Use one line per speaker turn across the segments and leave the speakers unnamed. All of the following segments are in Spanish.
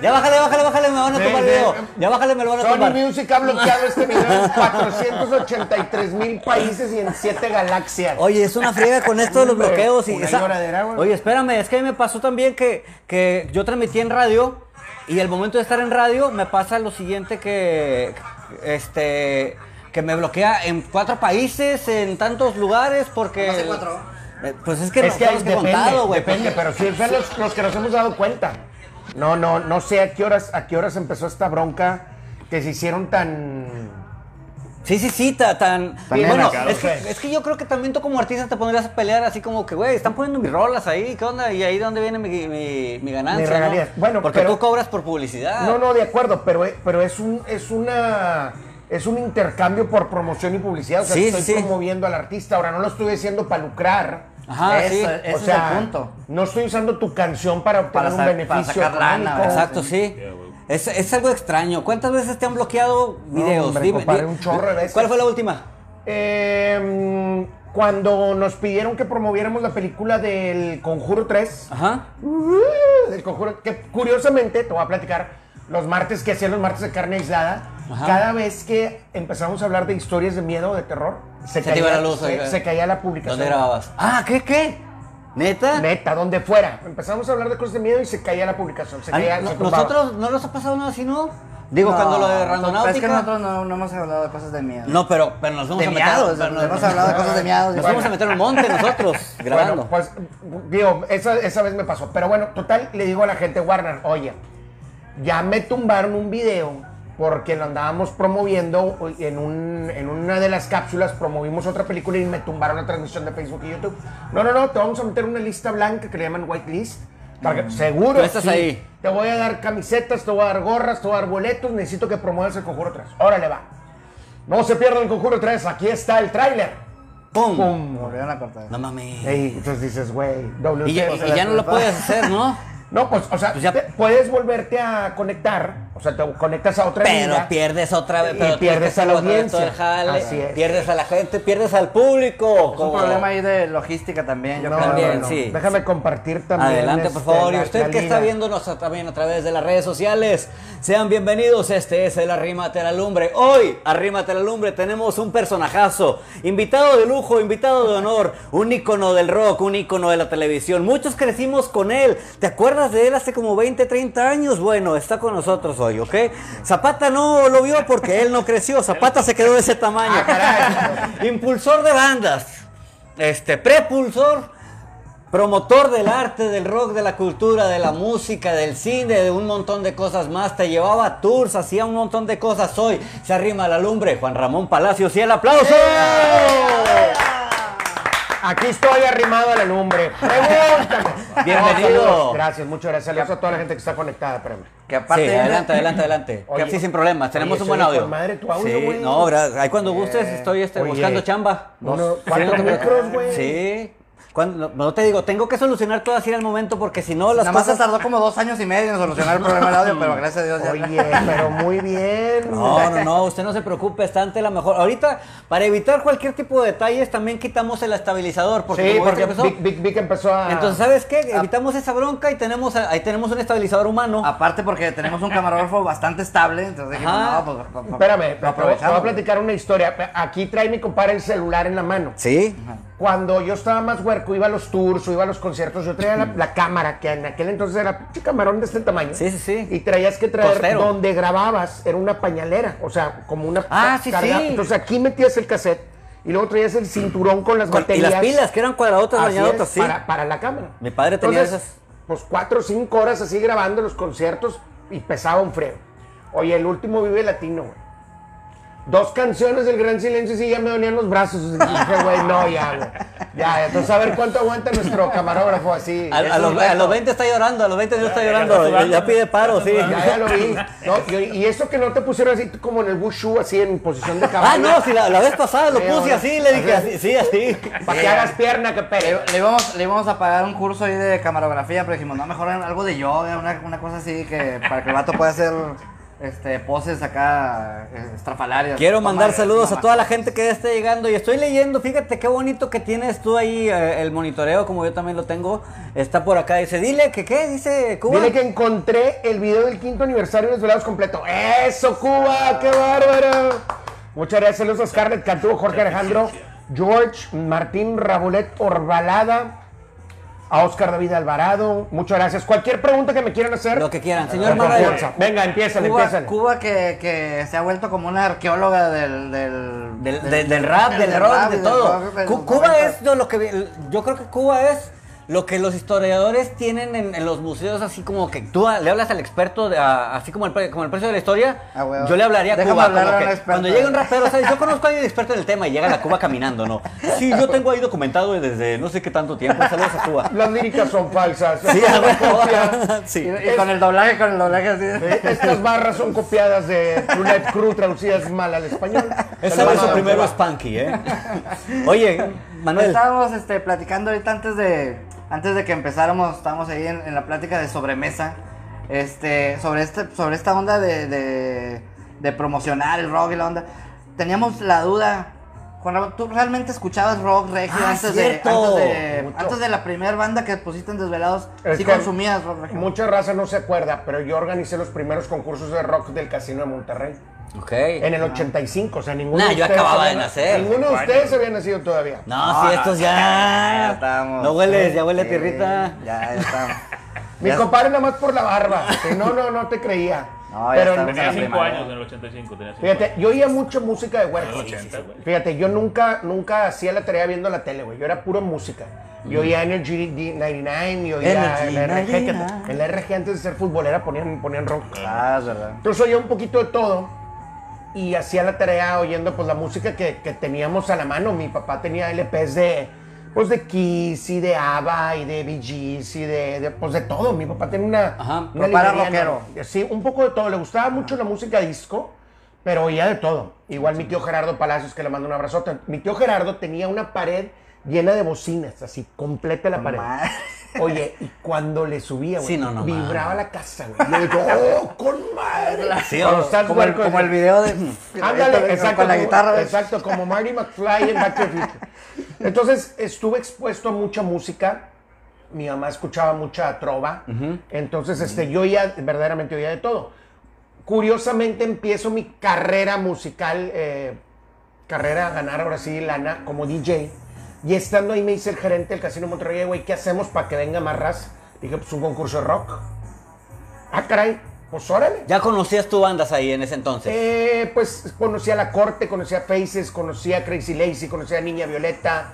ya bájale, bájale, bájale, me van a
Sí,
tomar
sí.
video. Ya bájale, me lo van a
Sony
tomar.
Music ha bloqueado este video en 483 mil países y en 7 galaxias.
Oye, es una friega con esto de los
Hombre,
bloqueos y
una
esa-
lloradera, güey.
Oye, espérame, es que a mí me pasó también que, que yo transmití en radio y al momento de estar en radio me pasa lo siguiente que este que me bloquea en cuatro países, en tantos lugares porque
Nomás en cuatro.
Eh, Pues es que no
ahí
tenemos que contado, güey. pues.
depende, pero sí son los, los que nos hemos dado cuenta. No, no, no sé a qué horas, a qué horas empezó esta bronca que se hicieron tan.
Sí, sí, sí, ta- tan.
Tan
y bueno,
enmarcados,
es que,
sí.
es que yo creo que también tú como artista te pondrías a pelear así como que, güey, están poniendo mis rolas ahí, ¿qué onda? Y ahí de dónde viene mi, mi, mi ganancia.
Mis regalías.
¿no?
Bueno,
Porque
pero-
tú cobras por publicidad.
No, no, de acuerdo, pero, pero es un, es una. Es un intercambio por promoción y publicidad. O sea,
Sí,
estoy
sí.
promoviendo al artista. Ahora no lo estoy haciendo para lucrar.
Ajá,
Eso,
Ah, sí.
eh. Ese es el punto.
No estoy usando tu canción para obtener
Para
un
sa- para
beneficio.
sacar lana,
económico.
Exacto, sí. Es, es algo extraño. ¿Cuántas veces te han bloqueado videos?
hombre, compadre, un chorro de veces.
¿Cuál fue la última?
Eh, mm, cuando nos pidieron que promoviéramos la película del Conjuro 3,
Ajá.
del Conjuro, que curiosamente, te voy a platicar, los martes que hacían los martes de carne aislada,
Ajá.
cada vez que empezamos a hablar de historias de miedo o de terror, se,
Se te iba la luz,
se,
oiga.
se caía la
¿Dónde
publicación.
grababas? Ah, ¿qué, qué? ¿Neta?
Neta, donde fuera. Empezamos a hablar de cosas de miedo y se caía la publicación. Se
Ah,
caía,
no-
se tumbaba.
¿Nosotros no nos ha pasado nada así, no? Digo, cuando lo de
Es que
Randonáutica...
nosotros no, no hemos hablado de cosas de miedo.
No, pero, pero nos vamos
de
a meter...
miados.
pero
Nos
nos-
hemos hablado de cosas de miados.
Nos
Bueno,
vamos a meter un monte nosotros, grabando.
Bueno, pues, digo, esa, esa vez me pasó. Pero bueno, total, le digo a la gente Warner, oye, ya me tumbaron un video porque lo andábamos promoviendo en, un- en una de las cápsulas, promovimos otra película y me tumbaron la transmisión de Facebook y YouTube. No, no, no, te vamos a meter una lista blanca que le llaman white list. para que- seguro.
Mm. Tú estás ahí.
Te voy a dar camisetas, te voy a dar gorras, te voy a dar boletos, necesito que promuevas el conjuro 3. Órale, va. No se pierdan el conjuro 3, aquí está el tráiler.
¡Pum!
¡Pum!
Volvieron a cortar.
No mames.
Ey, entonces dices, güey,
y, ya-
WTF,
y
se la
ya no lo
culpa.
puedes hacer, ¿no?
No, pues, o sea,
Pues ya-
te- puedes volverte a conectar, o sea, te conectas a otra
Pero
liga.
pierdes otra vez.
Y
pero tienes
pierdes
que
a la
hacer otra vez todo el
audiencia.
jale,
Así es.
Pierdes a la gente, pierdes al público.
Es un
como-
problema ahí de logística también, yo
No,
creo.
También,
no, no.
sí.
Déjame compartir también.
Adelante, por
este,
favor. Y
la- la
usted que está
liga.
viéndonos a- también a través de las redes sociales, sean bienvenidos. Este es el Arrímate a la Lumbre. Hoy, Arrímate a la Lumbre, tenemos un personajazo, invitado de lujo, invitado de honor, un ícono del rock, un ícono de la televisión. Muchos crecimos con él. ¿Te acuerdas de él hace como 20, 30 años? Bueno, está con nosotros hoy, ¿ok? Zapata no lo vio porque él no creció. Zapata se quedó de ese tamaño. Impulsor de bandas. Este, prepulsor Promotor del arte, del rock, de la cultura, de la música, del cine, de un montón de cosas más. Te llevaba a tours, hacía un montón de cosas. Hoy se arrima a la lumbre Juan Ramón Palacios y el aplauso.
¡Eh! Aquí estoy arrimado a la lumbre. Pregúntame.
Bienvenido.
Saludos. Gracias, muchas gracias. Saludos a toda la gente que está conectada, espérame.
Que aparte.
sí, adelante, adelante, adelante.
Oye,
sí, sin problemas. Tenemos
oye,
un buen
se oye
audio.
con madre tu audio,
sí,
güey.
no, gra- ahí cuando gustes estoy este,
Oye,
buscando chamba.
uno-
No,
cuatro
sí, no te-
micros, güey.
Sí. Cuando, no, no te digo, tengo que solucionar todo así en el momento porque si no las
Nada más se
cosas...
tardó como dos años y medio en solucionar el problema del audio, pero gracias a Dios ya.
Oye, pero muy bien.
No, no, no, usted no se preocupe, está ante la mejor. Ahorita, para evitar cualquier tipo de detalles, también quitamos el estabilizador. Porque
sí,
como
porque Ah.
ahorita empezó-
Vic, Vic- Vic empezó a.
Entonces, ¿sabes qué? Evitamos esa bronca y tenemos ahí tenemos un estabilizador humano.
Ah,
Aparte porque tenemos un camarógrafo bastante estable, entonces dijimos,
Ajá.
no, pues, pues... pues,
Espérame, te
lo
voy- te voy
aprovechamos.
a platicar una historia. Aquí trae mi compadre el celular en la mano.
Sí.
Cuando yo estaba más huerco, iba a los tours o iba a los conciertos, yo traía la, la cámara, que en aquel entonces era pinche camarón de este tamaño.
Mm. Sí, sí, sí.
Y traías que traer
Costero.
donde grababas, era una pañalera, o sea, como una
Ah, sí, sí.
Entonces aquí metías el cassette y luego traías el cinturón con las
Con- y
baterías.
las pilas que eran cuadradotas,
Así es,
bañadotas, sí.
para, para la cámara.
Mi padre tenía esas.
Pues cuatro o cinco horas así grabando los conciertos y pesaba un freo. Oye, el último Vive Latino, güey. Dos canciones del Gran Silencio y sí, ya me dolían los brazos. Y dije, güey, no, ya, güey. Ya, entonces a ver cuánto aguanta nuestro camarógrafo así.
A, a
Es un
los,
reto.
a los 20 está llorando, a los 20 no está
ya
llorando.
está
Ya,
sudando.
ya pide paro, sí.
Ya, ya lo vi. No, y, y eso que no te pusieron así como en el Wushu, así en posición de caballo.
Ah, no, si la, la vez pasada lo
Sí,
puse
ahora.
así, le dije así, sí, así.
Para que hagas pierna, que pedo.
Le, le íbamos, le íbamos a pagar un curso ahí de camarografía, pero dijimos, no, mejor algo de yoga, una, una cosa así que para que el vato pueda hacer este, poses acá eh, estrafalarias.
Quiero mandar
Toma,
saludos
mamá.
a toda la gente que ya está llegando y estoy leyendo, fíjate qué bonito que tienes tú ahí eh, el monitoreo, como yo también lo tengo, está por acá, dice, dile que qué, dice Cuba.
Dile que encontré el video del quinto aniversario de Desvelados completo. ¡Eso, Cuba! ¡Qué bárbaro! Muchas gracias, saludos a Scarlett Cantú, Jorge Alejandro, George, Martín Rabulet Orbalada, a Oscar David Alvarado. Muchas gracias. Cualquier pregunta que me quieran hacer.
Lo que quieran.
con
Señor Marra,
confianza. Venga, empiezan,
Cuba,
empiezan.
Cuba que, que se ha vuelto como una arqueóloga del... Del,
Del, del- del rap, del rock, de
y del
todo.
rock de
Cu-
los
Cuba
noventas.
es de lo que. Yo creo que Cuba es lo que los historiadores tienen en, en los museos, así como que tú a- le hablas al experto, de- a- así como el, pre- como el precio de la historia.
Ah, huevo.
Yo le hablaría a
Déjame
Cuba.
hablarle
como
a un
que
experto.
cuando llega un rapero, ¿sabes? Yo conozco a alguien experto en el tema y llega a Cuba caminando, ¿no? Sí, yo tengo ahí documentado desde no sé qué tanto tiempo. Saludos a Cuba.
Las líricas son falsas.
Sí, a huevo.
Y,
Sí.
y con el doblaje, con el doblaje así.
Eh, Estas barras son copiadas de Trunet Crew, traducidas mal al español.
Esa
Saludos
vez
a
su
Cuba.
primero es Punky, ¿eh? Oye, Manuel.
Estábamos este, platicando ahorita antes de, antes de que empezáramos, estábamos ahí en, en la plática de sobremesa, este, sobre, este, sobre esta onda de, de, de promocionar el rock y la onda. Teníamos la duda, Juan Ramón, ¿tú realmente escuchabas rock regio
Ah,
antes, de,
cierto.
antes, de,
Mucho.
antes de la primera banda que pusiste en Desvelados?
Es
¿Sí
que
consumías rock regio?
Mucha raza no se acuerda, pero yo organicé los primeros concursos de rock del Casino de Monterrey.
Ok.
En el 85, o sea, ninguno
Nah,
de
yo
ustedes.
acababa
había-
de nacer.
Ninguno de
Bueno.
ustedes había nacido todavía.
No,
No,
si
no,
estos ya.
ya, ya estamos.
No hueles, ya huele a
Sí,
tierrita.
Ya, ya estamos.
Mi
Ya-
compadre nada más por la barba. que no, no, no te creía.
No, ya
pero
estamos
Tenía
a la
5
primaria.
años en el 85. Tenía cinco
fíjate,
años.
yo oía mucha música de
En el
huerto.
80, güey.
Fíjate, yo nunca, nunca hacía la tarea viendo la tele, güey. Yo era puro música. Yo oía Energy D- 99, yo oía
Energy
el RG. que-
99.
el RG antes de ser futbolera ponían, ponían rock.
Ah, es verdad.
Entonces oía un poquito de todo y hacía la tarea oyendo pues la música que, que teníamos a la mano. Mi papá tenía LPs de pues de Kiss y de ABBA y de Bee Gees y de, de, pues de todo. Mi papá tenía una,
Ajá,
una
pero para
librería,
rockero.
¿no? Sí, un poco de todo. Le gustaba mucho la música disco, pero oía de todo. Igual mi tío Gerardo Palacios, que le mando un abrazote. Mi tío Gerardo tenía una pared llena de bocinas, así completa la pared.
ma-
Oye, y cuando le subía, güey,
Sí, no, no,
vibraba
ma-
la casa, güey. Y yo digo, ¡oh, con madre!
Sí,
Cuando
o-
estás
Como el,
huerco,
como el
dices,
video de...
Ándale, exacto.
Con la
como-
guitarra. ¿ves?
Exacto, como Marty McFly en Back to the Future. Entonces, estuve expuesto a mucha música. Mi mamá escuchaba mucha trova. Entonces, este, yo ya verdaderamente oía de todo. Curiosamente, empiezo mi carrera musical, eh, carrera a ganar ahora sí lana como DJ. Y estando ahí me dice el gerente del Casino Monterrey, güey, ¿qué hacemos para que venga más raza? Dije, pues un concurso de rock. Ah, caray, pues órale.
Ya conocías tu bandas ahí en ese entonces.
Eh, pues conocía La Corte, conocía Faces, conocía Crazy Lazy, conocía Niña Violeta,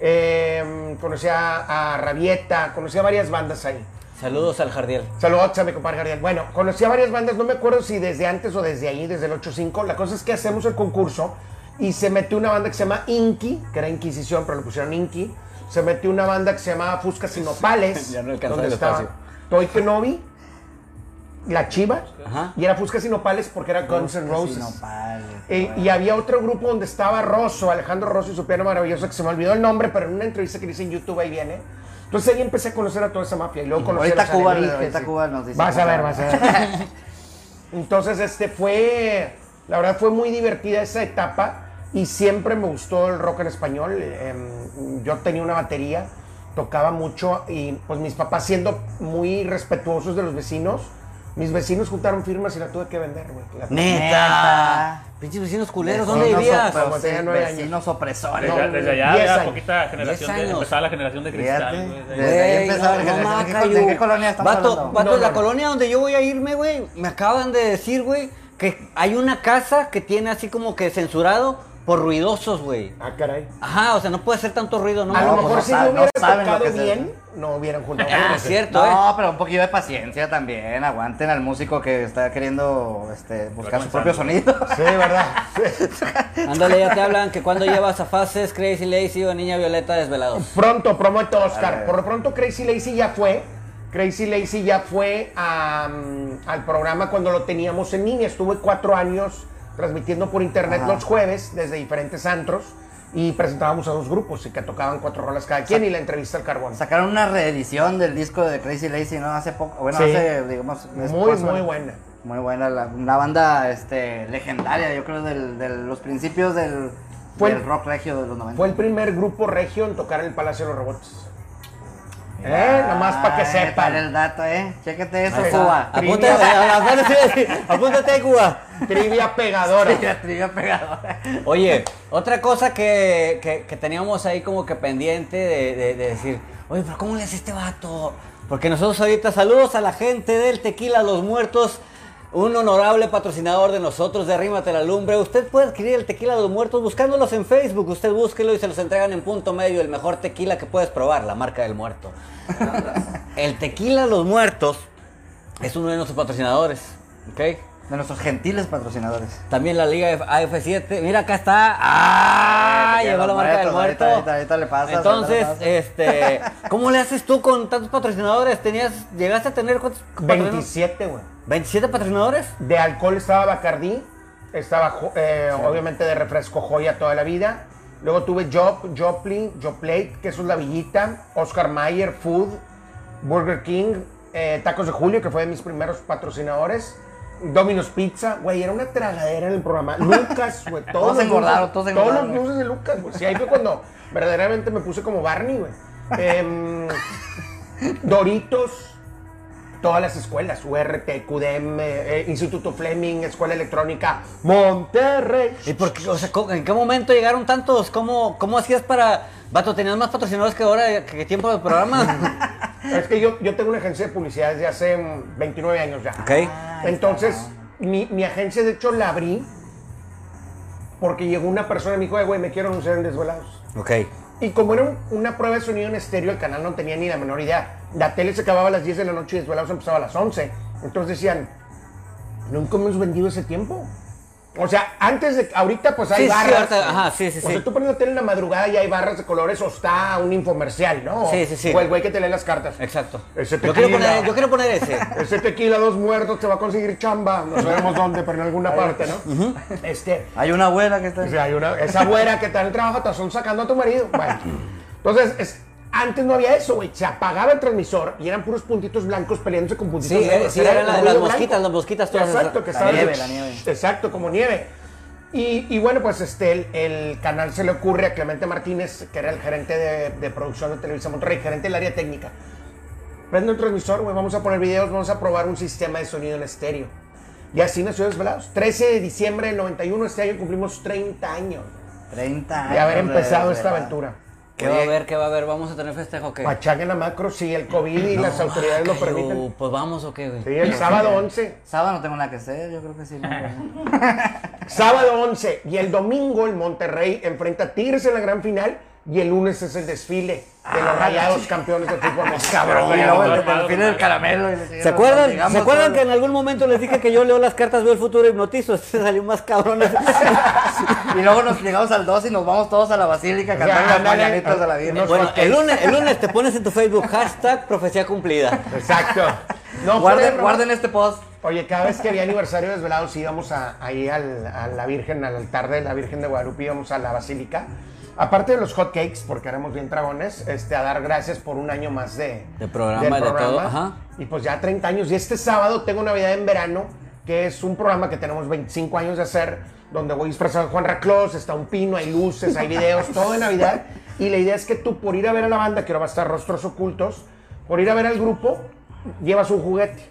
eh, conocía a Rabieta, conocía varias bandas ahí.
Saludos al Jardiel.
Saludos a mi compadre Gabriel. Bueno, conocía varias bandas, no me acuerdo si desde antes o desde ahí, desde el 85. La cosa es que hacemos el concurso y se metió una banda que se llama Inky, que era Inquisición, pero le pusieron Inky. Se metió una banda que se llamaba Fuscas y Nopales.
Ya no alcanzaba
donde
el
estaba
espacio.
Toy Kenobi, La Chiva,
Ajá.
y era Fuscas y Nopales porque era Guns N' Roses.
Sí, no, padre.
Eh, y había otro grupo donde estaba Rosso, Alejandro Rosso y su piano maravilloso, que se me olvidó el nombre, pero en una entrevista que hice en YouTube ahí viene. Entonces ahí empecé a conocer a toda esa mafia. Y luego conocí
Ahorita
a los
Cuba,
alebrijes,
ahorita
sí.
Cuba nos dice.
Vas a ver, vas a ver. Entonces, este fue. La verdad fue muy divertida esa etapa. Y siempre me gustó el rock en español. Em, yo tenía una batería, tocaba mucho. Y pues mis papás, siendo muy respetuosos de los vecinos, mis vecinos juntaron firmas y la tuve que vender, güey. La-
Neta. Pinches vecinos culeros, ¿dónde
Vecinos
vivías?
opre-
Cuando tenía nueve años.
Vecinos opresores.
Desde,
No,
desde
diez
allá había
años.
poquita generación
Diez
de,
años.
empezaba la generación de
Fíjate.
cristal. güey, desde-
Desde ahí
Güey,
empezaba
no,
el
no,
gerente.
ma,
¿De qué col- de
cayó.
qué colonia estamos
Vato,
hablando?
vato,
No,
la
no.
colonia donde yo voy a irme, güey, me acaban de decir, güey, que hay una casa que tiene así como que censurado por ruidosos, güey.
Ah, caray.
Ajá, o sea, no puede hacer tanto ruido, ¿no?
A lo
pues
mejor
no
si
saben-
yo
no
hubiera
saben lo
tocado
que se-
bien, no hubieran juntado
Ah,
firmas.
cierto, ¿eh?
No, pero un poquillo de paciencia también. Aguanten al músico que está queriendo este, buscar su propio sonido.
Sí, verdad.
Ándale, ya te hablan que cuando llevas a fases Crazy Lazy o Niña Violeta desvelados.
Pronto, prometo Oscar.
ver.
Por lo pronto Crazy Lazy ya fue. Crazy Lazy ya fue a, mm, al programa cuando lo teníamos en línea. Estuve cuatro años transmitiendo por internet
Ajá.
los jueves desde diferentes antros y presentábamos a dos grupos y que tocaban cuatro rolas cada quien y la entrevista al carbón.
Sacaron una reedición del disco de Crazy Lazy, ¿no? Hace poco. Bueno,
Sí.
hace, digamos.
Muy,
después,
muy
¿no?
buena.
Muy buena, la- una banda este, legendaria, yo creo, del- de los principios del,
Fue-
del rock regio de los 90.
Fue el primer grupo regio en tocar en el Palacio de los Rebotes. Eh, nomás para que
Ay,
sepan.
para Ah, el dato, eh. Chéquete eso,
Ahí está.
Cuba.
Tri-
Apúntate, a- a- apenas iba a decir, apúntate a Cuba.
Trivia pegadora.
La trivia pegadora.
Oye, otra cosa que, que- que teníamos ahí como que pendiente de, de- de decir, oye, pero ¿cómo le hace este vato? Porque nosotros ahorita saludos a la gente del Tequila Los Muertos, un honorable patrocinador de nosotros de Arrímate la Lumbre. Usted puede adquirir el Tequila Los Muertos buscándolos en Facebook. Usted búsquelo y se los entregan en punto medio, el mejor tequila que puedes probar, la marca del muerto. El Tequila Los Muertos es uno de nuestros patrocinadores, ¿ok?
De nuestros gentiles patrocinadores.
También la Liga F- AF7. Mira, acá está. ¡Ah!
Eh, que
Llegó la
los
marca del
muertos,
muerto.
ahorita- ahorita- ahorita le pasas,
Entonces,
ahorita le
este. ¿Cómo le haces tú con tantos patrocinadores? ¿Tenías, ¿Llegaste a tener cuántos? patrocinadores?
27, güey.
27 patrocinadores.
De alcohol estaba Bacardí, estaba jo- eh, obviamente de refresco Joya toda la vida. Luego tuve Job, Joplin, Joplate, Quesos La Villita, Oscar Mayer, Food, Burger King, eh, Tacos de Julio, que fue de mis primeros patrocinadores. Domino's Pizza, güey, era una tragadera en el programa. Lucas, güey, todos,
Todos
los
engordaron,
dulces-
todos
Todos
engordaron,
los
güey.
dulces de Lucas, güey. Sí, ahí fue cuando verdaderamente me puse como Barney, güey. Em, Doritos, todas las escuelas, URT, QDM, eh, Instituto Fleming, Escuela Electrónica, Monterrey.
¿Y por qué? O sea, ¿cómo- ¿en qué momento llegaron tantos? ¿Cómo, cómo hacías para. Vato, tenías más patrocinadores que ahora que que tiempo de programa?
Es que yo, yo tengo una agencia de publicidad desde hace mm, 29 años ya.
ok.
Entonces, mi, mi agencia de hecho la abrí porque llegó una persona y me dijo, "Eh, güey, me quiero anunciar en Desvelados.
Ok.
Y como era un- una prueba de sonido en estéreo, el canal no tenía ni la menor idea. La tele se acababa a las 10 de la noche y Desvelados empezaba a las 11. Entonces decían, nunca hemos vendido ese tiempo. O sea, antes de... Ahorita pues
Sí,
hay
sí,
barras.
ahorita- ajá, sí, sí, sí.
o sea, tú pones la tele en la madrugada y hay barras de colores o está un infomercial, ¿no?
Sí, sí, sí.
O el güey que te lee las cartas.
Exacto.
Ese
Yo quiero,
tequila.
poner, yo quiero poner ese.
Ese tequila, dos muertos, te va a conseguir chamba. No sabemos dónde, pero en alguna parte, ¿no? Este...
Hay una abuela que está.
O sea, hay una- esa güera que está en el trabajo, te son sacando a tu marido. Bueno, entonces, es- antes no había eso, güey. Se apagaba el transmisor y eran puros puntitos blancos peleándose con puntitos
Sí, eh,
negros.
sí, eran
el
las,
ruido
las
blanco.
mosquitas, las mosquitas todas.
Exacto,
esas-
que
la
estaba-
nieve, la nieve.
Exacto, como nieve. Y, y bueno, pues este, el, el canal se le ocurre a Clemente Martínez, que era el gerente de, de producción de Televisa Monterrey, gerente del área técnica. Prende el transmisor, güey, vamos a poner videos, vamos a probar un sistema de sonido en estéreo. Y así nació Desvelados. 13 de diciembre del 91, este año cumplimos 30 años
30 años.
de haber empezado
de-
esta
de-
aventura.
¿Qué va a haber? ¿Qué va a haber? ¿Vamos a tener festejo o qué?
Pachanga en la macro, sí, el COVID y las autoridades lo
Cayo,
permiten.
Pues vamos o qué, güey.
Sí, el sábado 11.
Sábado no tengo nada que hacer, yo creo que sí. ¿no?
Sábado 11. Y el domingo el Monterrey enfrenta a Tigres en la gran final. Y el lunes es el desfile de los rayados campeones de fútbol mexicano.
y luego el
no, no,
perfil
no,
del
no.
caramelo. y le
¿Se
siguen
acuerdan?
digamos,
¿Se acuerdan
todo.
que en algún momento les dije que yo leo las cartas, veo el futuro y hipnotizo? Se salió más cabrón.
Y luego nos llegamos al 2 y nos vamos todos a la basílica a
sea,
cantar las
ándale,
mañanitas de la
no-
Virgen.
Bueno, el lunes, el lunes te pones en tu Facebook hashtag profecía cumplida.
Eh,
Exacto. No, fuera de
Guarden,
broma.
guarden este post.
Oye, cada vez que había aniversario de desvelados íbamos a, ahí al- a la Virgen, al altar de la Virgen de Guadalupe, íbamos a la Basílica. Aparte de los hot cakes, porque éramos bien tragones, este, a dar gracias por un año más de,
De programa,
del
de todo, ajá.
Y pues ya 30 años. Y este sábado tengo Navidad en verano, que es un programa que tenemos 25 años de hacer, donde voy disfrazado de Juan Raclos, está un pino, hay luces, hay videos, todo de Navidad. Y la idea es que tú, por ir a ver a la banda, que ahora va a estar Rostros Ocultos, por ir a ver al grupo, llevas un juguete.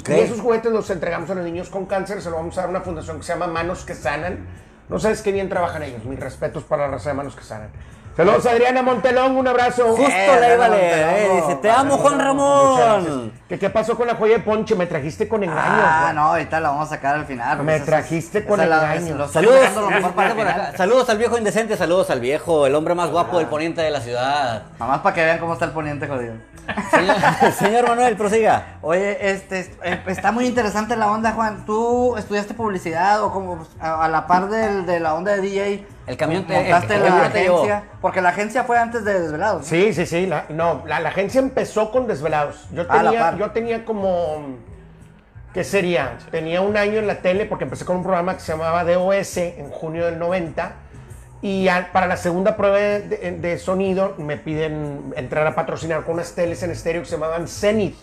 Ok.
Y esos juguetes los entregamos a los niños con cáncer, se los vamos a dar a una fundación que se llama Manos que Sanan. No sabes qué bien trabajan ellos, mis respetos para la raza de Manos que Sanan. Saludos Adriana Montelón, un abrazo.
Eh. Justo
Eh,
la iba a
Ramón, te
leer, eh,
amo.
Dice, te
Vale,
amo, Juan
Muchas gracias.
Ramón.
¿Qué, ¿Qué pasó con la joya de Ponche? Me trajiste con engaño.
Ah,
güey.
no, ahorita la vamos a sacar al final.
Me
pues, esa-
trajiste
esa
con
la-
engaño.
lo estoy
Saludos,
dejando lo mejor para el
por
final.
acá. saludos al viejo indecente, saludos al viejo, el hombre más guapo del poniente de la ciudad.
Nada más para que vean cómo está el poniente jodido.
Señor, señor Manuel, prosiga.
Oye, este, est- eh, está muy interesante la onda, Juan. ¿Tú estudiaste publicidad o como pues, a, a la par del- de la onda de DJ?
El camión te-
montaste
el- el
la
camión te llevó.
agencia? Porque la agencia fue antes de Desvelados. ¿no?
Sí, sí, sí. la- no, la, la agencia empezó con Desvelados. Yo
Ah, la
tenía,
par.
yo tenía como. ¿Qué sería? Tenía un año en la tele porque empecé con un programa que se llamaba DOS en junio del 90. Y al- para la segunda prueba de, de- de sonido me piden entrar a patrocinar con unas teles en estéreo que se llamaban Zenith.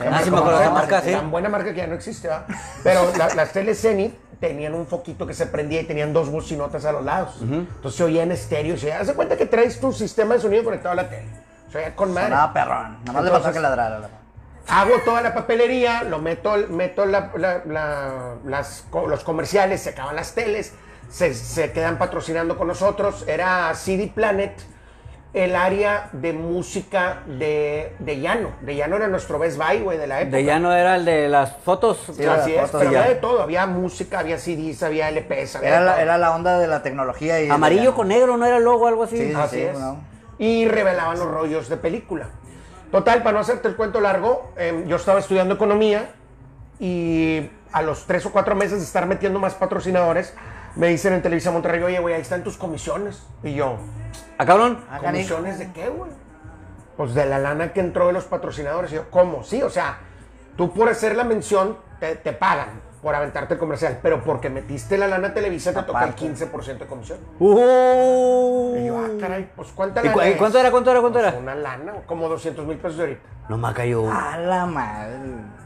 Ah, sí me acuerdo de esa marca, sí.
Tan buena marca que ya no existe, ¿verdad? Pero la- las teles Zenith tenían un foquito que se prendía y tenían dos bocinotas a los lados. Entonces se oía en estéreo. Se oía. Haz de cuenta que traes tu sistema de sonido conectado a la tele. Se oía con madre.
Sonaba perrón. Nada más le
Entonces-
pasó que ladrara. la-
Hago toda la papelería, lo meto, meto la- la- la- las co- los comerciales, se acaban las teles, se, se quedan patrocinando con nosotros. Era CD Planet, el área de música de, de Llano. De Llano era nuestro Best Buy, güey, de la época.
De ya no era el de las fotos.
Sí, así es,
fotos
pero
de
había de
Llano.
todo. Había música, había CDs, había LPs, había
Era
de
la,
todo.
era la onda de la tecnología. y
eh, Amarillo con negro, ¿no era el logo o algo así?
Sí,
Así es.
¿no?
Y revelaban los rollos de película. Total, para no hacerte el cuento largo, em, yo estaba estudiando economía y a los tres o cuatro meses de estar metiendo más patrocinadores, me dicen en Televisa Monterrey, oye, güey, ahí están tus comisiones. Y yo,
¿Ah, cabrón?
Ah, canijo.
¿comisiones de qué, güey? Pues de la lana que entró de los patrocinadores. Y yo, ¿cómo? Sí, o sea, tú por hacer la mención te, te pagan por aventarte el comercial, pero porque metiste la lana a Televisa te toca el
Aparte.
15% de comisión.
Uh.
Y yo, ah, caray, pues ¿cuánta
¿Y
lana
cu- y
es?
cuánto era? ¿Cuánto era? ¿Cuánto
Pues,
era?
Una lana, como 200 mil pesos de ahorita.
No me cayó.
A la madre.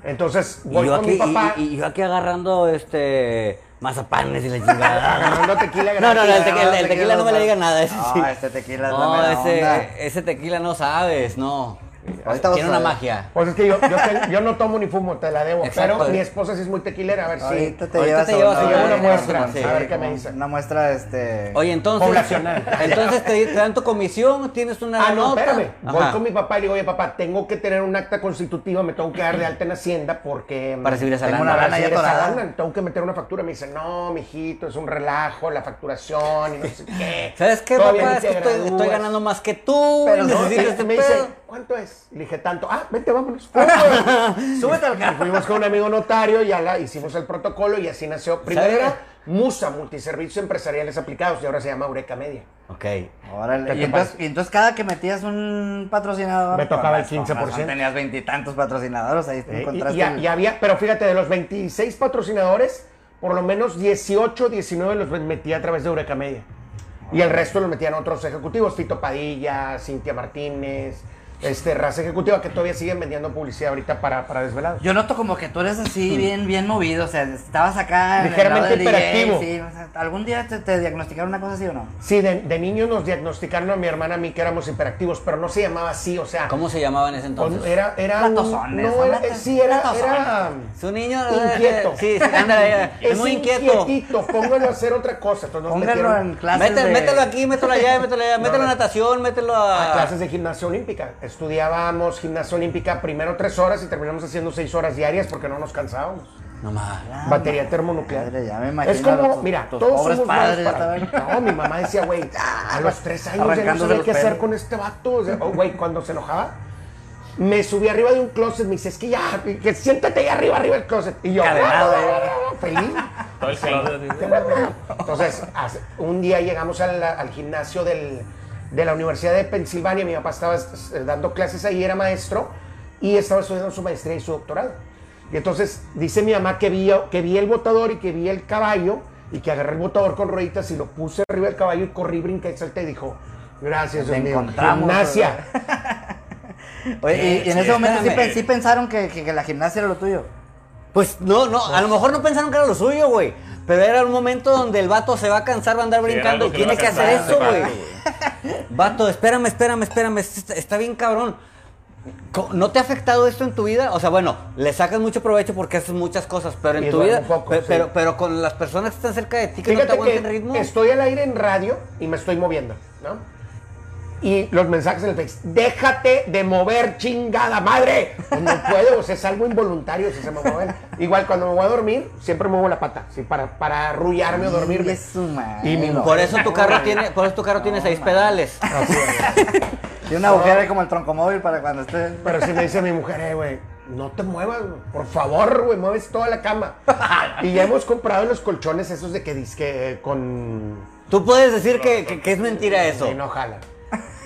Entonces,
Y
voy
yo
con
aquí,
mi papá.
y- y- y yo aquí agarrando este mazapanes y la chingada.
Agarrando tequila
No, no, no, el,
gratis,
tequila- el
agarrando
tequila no me le diga nada. Ese
No,
sí.
este tequila es la
No,
mera onda.
ese, ese tequila no sabes, no.
Ahorita
Tiene
vas
una
a ver.
magia.
Pues es que yo, yo, te- yo no tomo ni fumo, te la debo.
Exacto.
Pero mi esposa sí es muy tequilera, a ver si.
Ahorita te
Ahorita
llevas
te llevas
a
a
una
una
muestra,
a
ver qué me dice.
Una muestra, este.
Oye, entonces.
Poblacional.
Entonces te, te dan tu comisión, tienes una
Ah, no,
nota.
espérame. Voy
Ajá.
con mi papá y le digo, oye, papá, tengo que tener un acta constitutiva, me tengo que dar de alta en Hacienda porque. mm,
Para recibir esa
Tengo
lana.
una
para
lana ya
recibir esa
atorada.
lana, Tengo que meter una factura. Me dice, no, mijito, es un relajo, la facturación y no sé qué.
¿Sabes qué,
Todavía
papá?
ni
Es
te
que estoy,
gradúas.
estoy ganando más que tú.
Pero
y
no,
necesito
Entonces,
este
me
pedo.
dice, ¿cuánto es? Le dije, tanto. Ah, vente, vámonos. Vámonos.
Súbete al
Y fuimos con un amigo notario, ya la, hicimos el protocolo y así nació. Primero
¿Sabe?
era Musa, Multiservicios Empresariales Aplicados, y ahora se llama Eureka Media.
Ok.
Órale.
¿Qué
Y
te
entonces,
parece?
y entonces cada que metías un patrocinador.
Me tocaba el
con razón,
15%.
Tenías veintitantos patrocinadores. Ahí te
Eh, y-
encontraste.
y,
el-
y había, pero fíjate, de los 26 patrocinadores, por lo menos 18, 19 los metía a través de Eureka Media. Y el resto los metían otros ejecutivos, Tito Padilla, Cintia Martínez, este, Raza Ejecutiva, que todavía siguen vendiendo publicidad ahorita para, para desvelados.
Yo noto como que tú eres así, bien, bien movido. O sea, estabas acá. en el
Mm. Ligeramente
lado del DJ,
hiperactivo.
sí, o sea, ¿Algún día te, te diagnosticaron una cosa así o no?
Sí, de, de niño nos diagnosticaron a mi hermana a mí que éramos hiperactivos, pero no se llamaba así, o sea,
¿Cómo se llamaba en ese
con-
entonces?
era era un-
Platozones,
no
¿no?
era, eh, sí era era
Su niño. eh,
inquieto.
Sí, sí, anda, es, muy inquieto.
inquietito, póngalo a hacer otra cosa. Entonces nos
Póngalo
metieron
en clases.
Mete-
de-
Mételo aquí, mételo allá, mételo allá,
No,
mételo a
no.
natación, mételo
a
Ah.
a.
clases de gimnasia olímpica. Estudiábamos gimnasia olímpica primero tres horas y terminamos haciendo seis horas diarias porque no nos cansábamos.
No mames.
Batería termonuclear.
Ah, Madre, ya me imagino
es como,
a tus-
mira,
tus
todos
pobres
somos malos
padres,
para-
¿sabes?
No, mi mamá decía, güey, a los tres años ya no
Arrancándose
sabía
los
qué hacer
pelos.
con este vato. O sea, oh, Güey, cuando se enojaba, me subí arriba de un closet, me dice, es que ya, que siéntate ahí arriba, arriba del closet. Y yo, "Ah,
Cadenado, eh.
feliz.
Todo el calor. así.
Entonces, hace- un día llegamos al, al gimnasio del- de la Universidad de Pensilvania. Mi papá estaba eh, dando clases ahí, era maestro, y estaba estudiando su maestría y su doctorado. Y entonces dice mi mamá que vi, que vi el botador y que vi el caballo, y que agarré el botador con rueditas y lo puse arriba del caballo y corrí, brinqué, salté y dijo, gracias,
Te
Dios mío,
encontramos,
gimnasia.
Oye, y, y en ese momento sí,
Espérame.
pe- sí pensaron que, que- que la gimnasia era lo tuyo.
Pues no, no, a lo mejor no pensaron que era lo suyo, güey. Pero era un momento donde el vato se va a cansar, va a andar
Sí, era
brincando y
algo que
tiene
lo
que
va a
hacer eso,
cansar,
güey.
de
Vato, espérame, espérame, espérame. esto Está, está bien cabrón. Co- ¿No te ha afectado esto en tu vida? O sea, bueno, le sacas mucho provecho porque haces muchas cosas, pero en
Y
tu
duerme
vida.
un poco,
pe-
sí.
pero, pero con las personas que están cerca de ti que no te
Fíjate
aguantan el ritmo.
que estoy al aire en radio y me estoy moviendo, ¿no? Y los mensajes en el Face, déjate de mover, chingada madre. Pues no puedo, o sea, es algo involuntario si se me mueve. Igual cuando me voy a dormir, siempre muevo la pata, sí, para, para arrullarme o dormirme.
Chingue su madre.
Y mi
No.
Por eso tu carro tiene, por eso tu carro tiene seis pedales.
Así es.
Tiene una agujera como el troncomóvil para cuando estés.
Pero si me dice mi mujer, eh, güey, no te muevas, güey, por favor, güey, mueves toda la cama. Y ya hemos comprado los colchones esos de que disque eh, con
Tú puedes decir que, que- que es mentira eso.
Sí, no jala.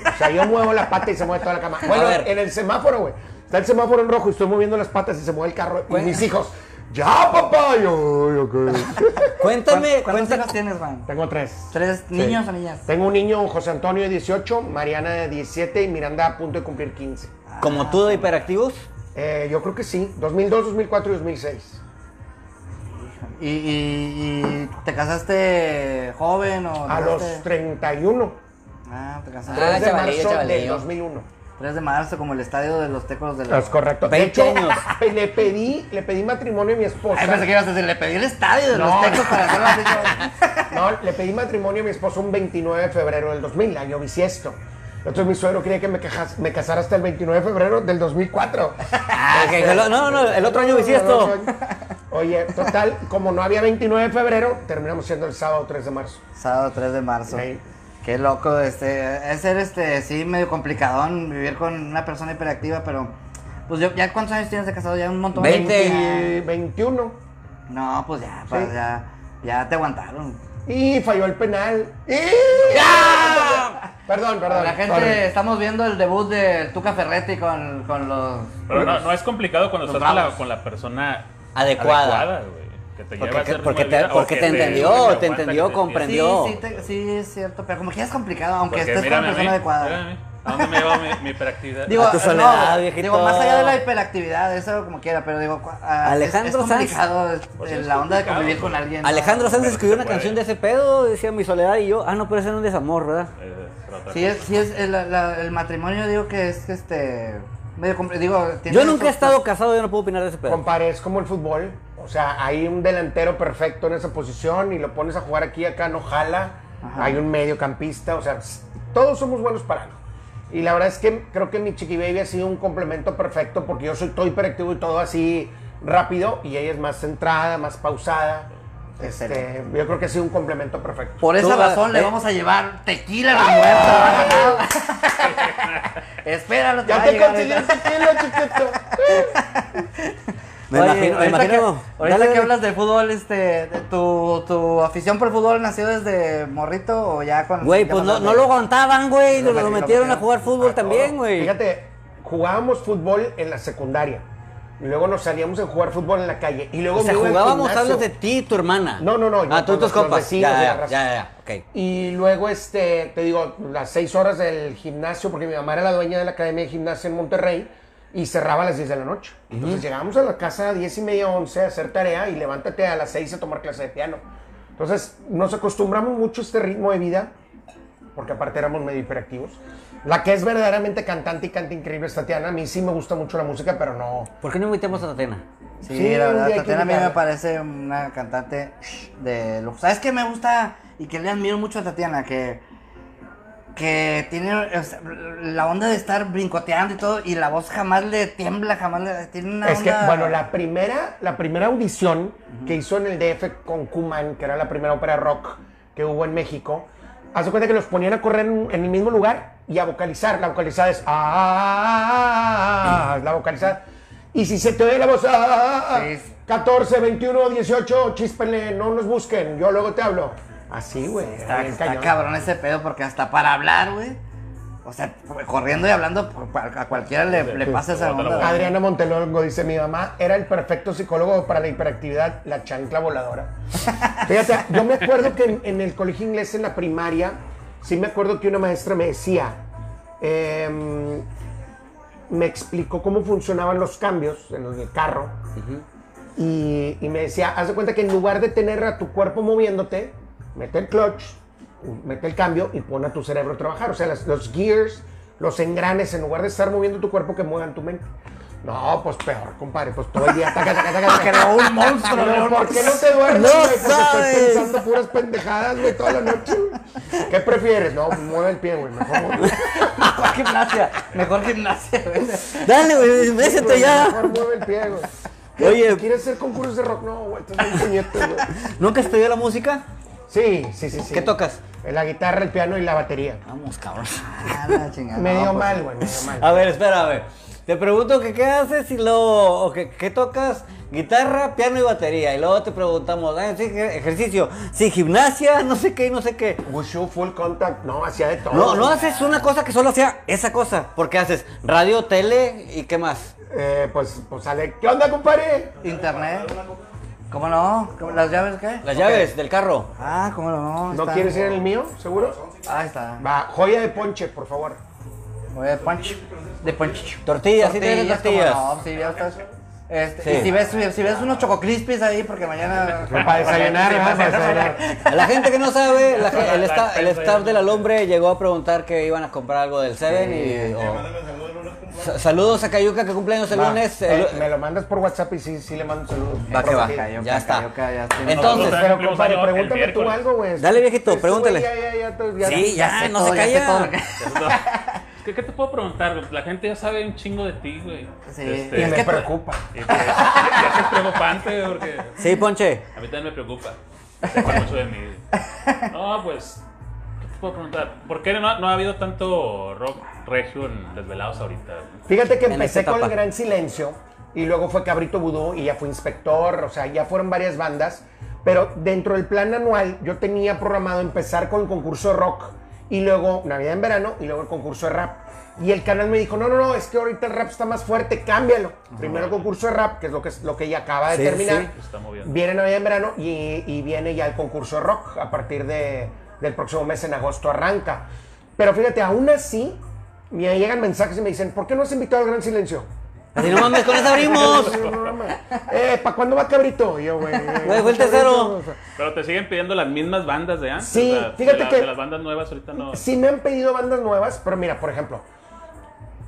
O sea, yo muevo la pata y se mueve toda la cama. Bueno,
A ver.
en el semáforo, güey. Está el semáforo en rojo y estoy moviendo las patas y se mueve el carro. Y mis hijos, ya, papá. Yo, yo, ¿qué?
Cuéntame,
¿Cuántos
cuéntame.
hijos tienes, Juan?
Tengo tres.
¿Tres niños o niñas?
Tengo un niño, José Antonio, de 18, Mariana, de 17 y Miranda a punto de cumplir 15.
Como tú de hiperactivos.
Eh, yo creo que sí. 2002, 2004 y 2006.
¿Y, y, y te casaste joven
Oh,
o
A los
dejaste?
31.
Ah, te casaste.
tres de
este. chavalillo,
marzo del
chavalillo.
2001.
3 de marzo, como el estadio de los tecos de la.
Es correcto. De
20
hecho,
años.
pe- le pedí, le pedí matrimonio a mi esposa.
Ay, pensé que ibas a decir, le pedí el estadio de los
No.
tecos para hacerlo así. como-
No, le pedí matrimonio a mi esposo un 29 de febrero del 2000, año bisiesto. Entonces mi suegro quería que me, cajas- me casara hasta el 29 de febrero del 2004.
Ah, que- que lo- no, no, el otro año
No, no,
bisiesto.
no, no. Oye, total, como no había 29 de febrero, terminamos siendo el sábado 3 de marzo.
Sábado 3 de marzo.
Sí.
Qué loco, este, es ser este, sí, medio complicadón vivir con una persona hiperactiva, pero pues yo, ¿ya cuántos años tienes de casado? Ya un montón.
Veinte.
Y 21.
No, pues ya, pues
Sí.
ya, ya te aguantaron.
Y falló el penal. Y- Perdón, perdón.
La gente,
sorry.
estamos viendo el debut de Tuca Ferretti con, con los...
Pero no, no es complicado cuando
Nos
estás con la,
vamos.
con la persona
Adecuada.
güey, que te lleva
Porque,
a hacer
porque te, porque te entendió, te entendió, comprendió.
Sí, sí, te- sí, es cierto, pero como que ya es complicado, aunque
Porque
estés con la
mírame a mí,
persona adecuada.
mírame a mí. ¿A dónde me lleva mi, mi hiperactividad?
A tu
eh,
soledad,
no,
viejito.
digo, más allá de la hiperactividad, eso como quiera, pero digo, cua- ah, es-
Alejandro
es,
Sanz.
complicado eh,
Pues sí, es
la onda de
complicado,
convivir
¿no?
con alguien. ¿no?
Alejandro Sanz
Pero se
escribió una
puede.
canción de ese pedo, decía mi soledad y yo, ah, no, pero ese no es desamor, ¿verdad?
Eh, trata-
Sí, es, sí es el, la- el matrimonio, digo que es este. Medio compli- digo, tiene
Yo nunca he
sus-
estado casado, yo no puedo opinar de ese pedo.
Compadre, es como el fútbol. O sea, hay un delantero perfecto en esa posición y lo pones a jugar aquí, acá no jala.
Ajá.
Hay un mediocampista. O sea, s- todos somos buenos para algo. Y la verdad es que creo que mi chiqui baby ha sido un complemento perfecto porque yo soy todo hiperactivo y todo así rápido y ella es más centrada, más pausada. Este,
Excelente.
yo creo que ha sido un complemento perfecto.
Por esa
Tú,
razón
eh,
le
eh.
vamos a llevar tequila a la muerta. Espéralo, te va
Ya
a
te
llegar
conseguí el
ahorita.
tequila, chiquito.
Me
Oye,
imagino, me
ahorita que-
imagino.
ahorita
Dale,
que
dale.
hablas de fútbol, este, de tu, tu afición por el fútbol nació desde morrito o ya con.
Güey,
ya
pues no,
cuando-
no lo aguantaban, güey, lo, lo metieron a jugar
A
fútbol también,
todo.
güey.
Fíjate, jugábamos fútbol en la secundaria. y Luego nos salíamos a jugar fútbol en la calle. Y luego
O sea,
me iba al
jugábamos,
gimnasio.
hablas de ti y tu hermana.
No, no, no, yo
Ah, tú y
con
tus
los
compas.
vecinos
Ya,
y la
ya, ya,
raza.
ya, ok.
Y luego, este, te digo, las seis horas del gimnasio, porque mi mamá era la dueña de la Academia de Gimnasia en Monterrey y cerraba a las 10 de la noche. Entonces llegábamos a la casa a 10 y media, 11 a hacer tarea y levántate a las 6 a tomar clase de piano. Entonces nos acostumbramos mucho a este ritmo de vida, porque aparte éramos medio hiperactivos. La que es verdaderamente cantante y canta increíble es Tatiana. A mí sí me gusta mucho la música, pero no.
¿Por qué no invitamos a Tatena?
Sí,
Sí,
la
un
verdad,
día hay que
Tatiana a mí me
invitarla.
parece una cantante de lujo. ¿Sabes qué me gusta y que le admiro mucho a Tatiana? Que, que tiene o sea, la onda de estar brincoteando y todo, y la voz jamás le tiembla, jamás le. Tiene una
Es que,
onda-
bueno, la primera, la primera audición que hizo en el DF con Kuman, que era la primera ópera rock que hubo en México, hace cuenta que los ponían a correr en, en el mismo lugar y a vocalizar. La vocalizada es. "Ah", la vocalizada. Y si se te oye la voz. "Ah",
Sí, sí.
14, 21, 18, chispele, no nos busquen, yo luego te hablo. Así, güey. era
Está,
bien
está
cañón.
cabrón ese pedo, porque hasta para hablar, güey. O sea, corriendo y hablando, a cualquiera le, le pasa esa
Bota la
onda.
boca.
Adriana Montelongo dice, mi mamá era el perfecto psicólogo para la hiperactividad, la chancla voladora. Fíjate, yo me acuerdo que en, en el colegio inglés, en la primaria, sí me acuerdo que una maestra me decía, em, me explicó cómo funcionaban los cambios en el carro y, y me decía, haz de cuenta que en lugar de tener a tu cuerpo moviéndote, mete el clutch, mete el cambio y pone a tu cerebro a trabajar. O sea, las- los gears, los engranes, en lugar de estar moviendo tu cuerpo, que muevan tu mente. No, pues peor, compadre, pues todo el día. Taca, taca, taca, taca.
Creó un monstruo,
Pero,
creó un
¿Por qué no te duermes?
No
güey? Porque
sabes.
Estoy pensando puras pendejadas, güey, toda la noche. güey. ¿Qué prefieres? No, mueve el pie, güey, mejor. mueve-
Mejor gimnasia, mejor gimnasia, güey.
Dale, güey, métete
güey,
ya.
Mejor mueve el pie, güey.
Oye.
¿quieres hacer concursos de rock? No, güey, estás muy puñete, güey.
¿Nunca estudió la música?
Sí, sí, sí, sí.
¿Qué tocas?
La guitarra, el piano y la batería.
Vamos, cabrón.
Ah, la chingada.
medio
No, pues,
mal, güey, medio mal.
A ver, espera, a ver. Te pregunto que qué haces y luego, o que, qué tocas, guitarra, piano y batería. Y luego te preguntamos, ah, sí, ej- ejercicio, sí, gimnasia, no sé qué, y no sé qué.
Wushu, full contact, no, hacía de todo.
No, no haces una cosa que solo hacía esa cosa, porque haces radio, tele y qué más.
Eh, pues, pues sale, ¿qué onda, compadre?
Internet. ¿Cómo no? ¿Cómo- ¿Las llaves qué?
Las llaves del carro.
Ah, ¿cómo no?
¿No
está-
quieres ir en el mío, seguro?
Ah, está.
Va, joya de ponche, por favor.
Voy de punch. De punch.
Tortillas, sí tienen
como
tortillas.
No, sí, ya estás. Este,
Sí.
Y si ves, si ves unos chococrispis ahí, porque mañana.
Para desayunar,
Sí,
¿verdad?
para
Para
desayunar.
desayunar.
A la gente que no sabe, la ge- el,
La
sta- el
despensa
staff
ya.
del alumbre llegó a preguntar que iban a comprar algo del Seven y. o- Sa- Saludos a Cayuca que cumpleaños el
Va,
lunes.
eh,
el-
me lo mandas por WhatsApp y sí, sí le mando un saludo.
Va que va.
Prometida.
Cayuca,
ya está.
Cayuca, ya está.
Entonces,
Nosotros
Pero,
cumplimos
compadre,
año el
pregúntame tú
miércoles.
algo, güey.
Dale, viejito,
Este güey
pregúntale.
Ya, ya, ya, te- ya-
sí, ya,
sé
no
todo,
se
ya sé
calla.
todo lo que-
¿Qué, qué te puedo preguntar? La gente ya sabe un chingo de ti, güey.
Sí.
Este,
Y
Y
es que
me
tú-
preocupa.
y pues, ya es preocupante, güey, porque
Sí, Ponche.
a mí también me preocupa. Se acuerda mucho de mí. No, pues, ¿qué te puedo preguntar? ¿Por qué no, no ha habido tanto rock regio en Desvelados ahorita? güey?
Fíjate que
En
empecé
esta
con el
etapa.
Gran Silencio y luego fue Cabrito Vudú y ya fue Inspector, o sea, ya fueron varias bandas, pero dentro del plan anual yo tenía programado empezar con el concurso de rock y luego Navidad en verano y luego el concurso de rap. Y el canal me dijo, no, no, no, es que ahorita el rap está más fuerte, cámbialo. Primero concurso de rap, que es lo que, lo que ya acaba de
Sí,
terminar.
sí.
Se está moviendo.
Viene Navidad en verano y, y viene ya el concurso de rock a partir de- del próximo mes, en agosto arranca. Pero fíjate, aún así, me llegan mensajes y me dicen, ¿por qué no has invitado al Gran Silencio?
Así no mames, con eso abrimos.
No, no, no, no. eh, ¿para cuándo va Cabrito? Y Yo, güey.
Güey, fue el tercero.
Pero te siguen pidiendo las mismas bandas de antes.
Sí,
o sea, de
fíjate
la-
que-
de las bandas nuevas ahorita no.
Sí me han pedido bandas nuevas, pero mira, por ejemplo,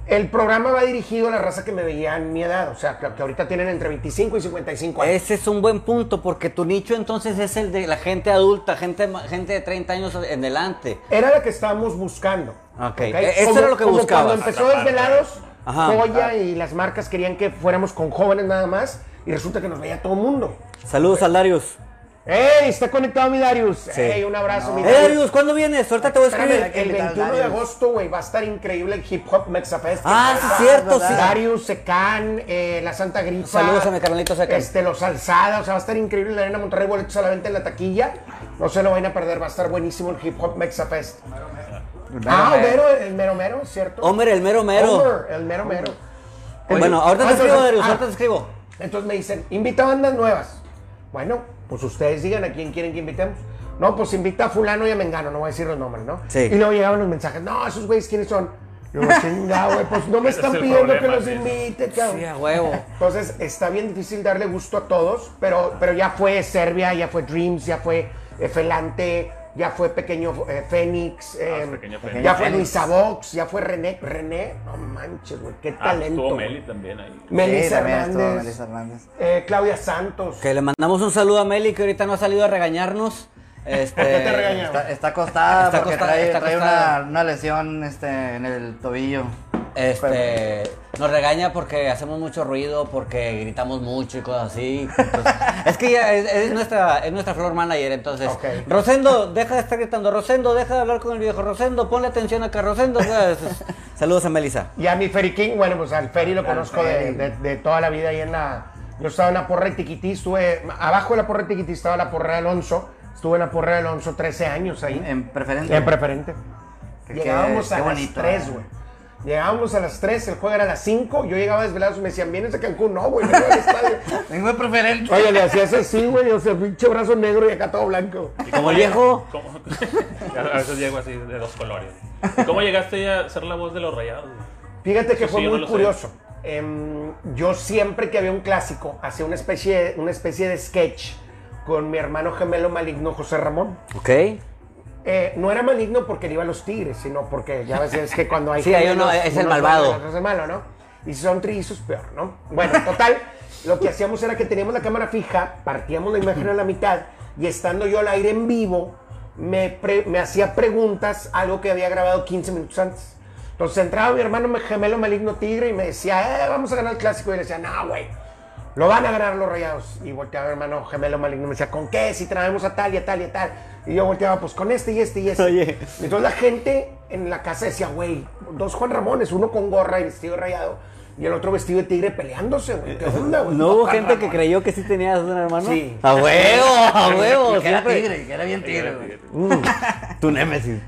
el programa va dirigido a la raza que me veía en mi edad, o sea, que, que ahorita tienen entre 25 y 55 años.
Ese es un buen punto porque tu nicho entonces es el de la gente adulta, gente, ma- gente de 30 años en delante.
Era la que estábamos buscando.
Ok,
¿ok?
e- eso
Como-
era lo que
como
buscabas.
Cuando empezó
Atrapar,
Desvelados,
Ajá.
Joya y las marcas querían que fuéramos con jóvenes nada más, y resulta que nos veía todo el mundo.
Saludos a Darius.
¡Ey! Está conectado mi Darius. ¡Ey! Un abrazo, mi
Eh,
Darius.
Darius, ¿cuándo vienes? Ahorita te voy a
Espérame,
escribir.
que
el
invitar al
21 de
Darius.
agosto, güey, va a estar increíble el Hip Hop Mexa Fest.
Ah, sí,
Ahorita
cierto, sí.
Darius, Secan, eh, La Santa Grifa.
Saludos a mi carnalito Secán.
Este, Los Alzada, o sea, va a estar increíble la Arena Monterrey, boletos a la venta en la taquilla. No se lo van a perder, va a estar buenísimo el Hip Hop Mexa Fest. ah, Homero, el mero mero, ¿cierto?
Homer, el mero mero.
Homer, el mero mero.
Oye, Bueno, ahorita te
Ah,
escribo,
entonces-
Darius,
ah,
ahorita te escribo.
entonces me dicen, invita bandas nuevas. Bueno, pues ustedes digan a quién quieren que invitemos. No, pues invita a fulano y a Mengano, no voy a decir los nombres, ¿no?
Sí.
Y luego llegaban los mensajes, no, esos güeyes quiénes son. Yo, chinga, güey, pues no me
Ese
están
es el
pidiendo que
problema,
los
sí.
invite, cabrón.
Sí, a huevo.
Entonces está bien difícil darle gusto a todos, pero, pero ya fue Serbia, ya fue Dreams, ya fue eh, Felante, ya fue Pequeño eh, Fénix, eh,
Ah, Pequeño Fénix.
ya fue
Fénix.
Luisa Vox, ya fue René. René, no manches, güey, qué
Ah,
talento.
estuvo
güey.
Meli también ahí.
Sí,
Melissa
también estuvo
Hernández.
Melissa Hernández.
Eh, Claudia Santos.
Que le mandamos un saludo a Meli que ahorita no ha salido a regañarnos. Este,
¿Por qué te regañó?
Está, está acostada
Está
porque
acostada,
trae,
está
trae
acostada.
Una, una lesión este, en el tobillo.
Este, nos regaña porque hacemos mucho ruido, porque gritamos mucho y cosas así. Entonces, es que ya es, es nuestra, es nuestra floor manager, entonces.
Ok.
Rosendo, deja de estar gritando. Rosendo, deja de hablar con el viejo. Rosendo, ponle atención acá. Rosendo, o sea, es- es- saludos a Melissa.
Y a mi Ferry King, bueno, pues al Ferry lo
Al
conozco de,
Ferry.
de- de toda la vida ahí en la. Yo estaba en la porra de Tiquití, estuve. Abajo de la porra de Tiquití estaba la porra de Alonso. Estuve en la porra de Alonso 13 años ahí. En,
En preferente.
preferente.
Qué-
Llegábamos
qué
a las
bonito,
3,
eh.
güey. Llegábamos a las 3, el juego era a las 5. Yo llegaba desvelado y me decían, ¿vienes de Cancún? No, güey, me voy al estadio.
Tengo de preferente.
Oye, le hacías así, güey, o sea, pinche brazo negro y acá todo blanco.
¿Y
Como
cómo
el
lleg-
viejo.
cómo- a veces llego así de dos colores. ¿Y ¿Cómo llegaste a ser la voz de los rayados?
Fíjate que
Eso
fue
sí, yo no
muy
lo sé.
curioso. Em, yo siempre que había un clásico, hacía una especie, de- una especie de sketch con mi hermano gemelo maligno José Ramón.
Ok.
Eh, no era maligno porque le iba a los tigres, sino porque ya ves es que cuando hay.
Sí, hay
gemelos,
uno- es el
uno
malvado.
bueno y el otro es el malo, ¿no? Y si son trillizos, peor, ¿no? Bueno, total, lo que hacíamos era que teníamos la cámara fija, partíamos la imagen a la mitad y estando yo al aire en vivo, me, pre- me hacía preguntas, algo que había grabado 15 minutos antes. Entonces entraba mi hermano me- gemelo maligno tigre y me decía, eh, vamos a ganar el clásico. Y le decía, no, güey, lo van a ganar los rayados. Y volteaba mi hermano gemelo maligno y me decía, ¿con qué? Si traemos a tal y a tal y a tal. Y yo volteaba, pues con este y este y este.
Oye.
Entonces la gente en la casa decía, güey, dos Juan Ramones, uno con gorra y vestido rayado y el otro vestido de tigre peleándose, güey. ¿Qué onda, güey?
Eh, ¿No
Dos
hubo
Juan
gente que
Ramones.
creyó que sí tenías un hermano?
Sí.
A huevo, a huevo.
Y que era
siempre.
tigre, que era bien tigre, güey.
Tu némesis.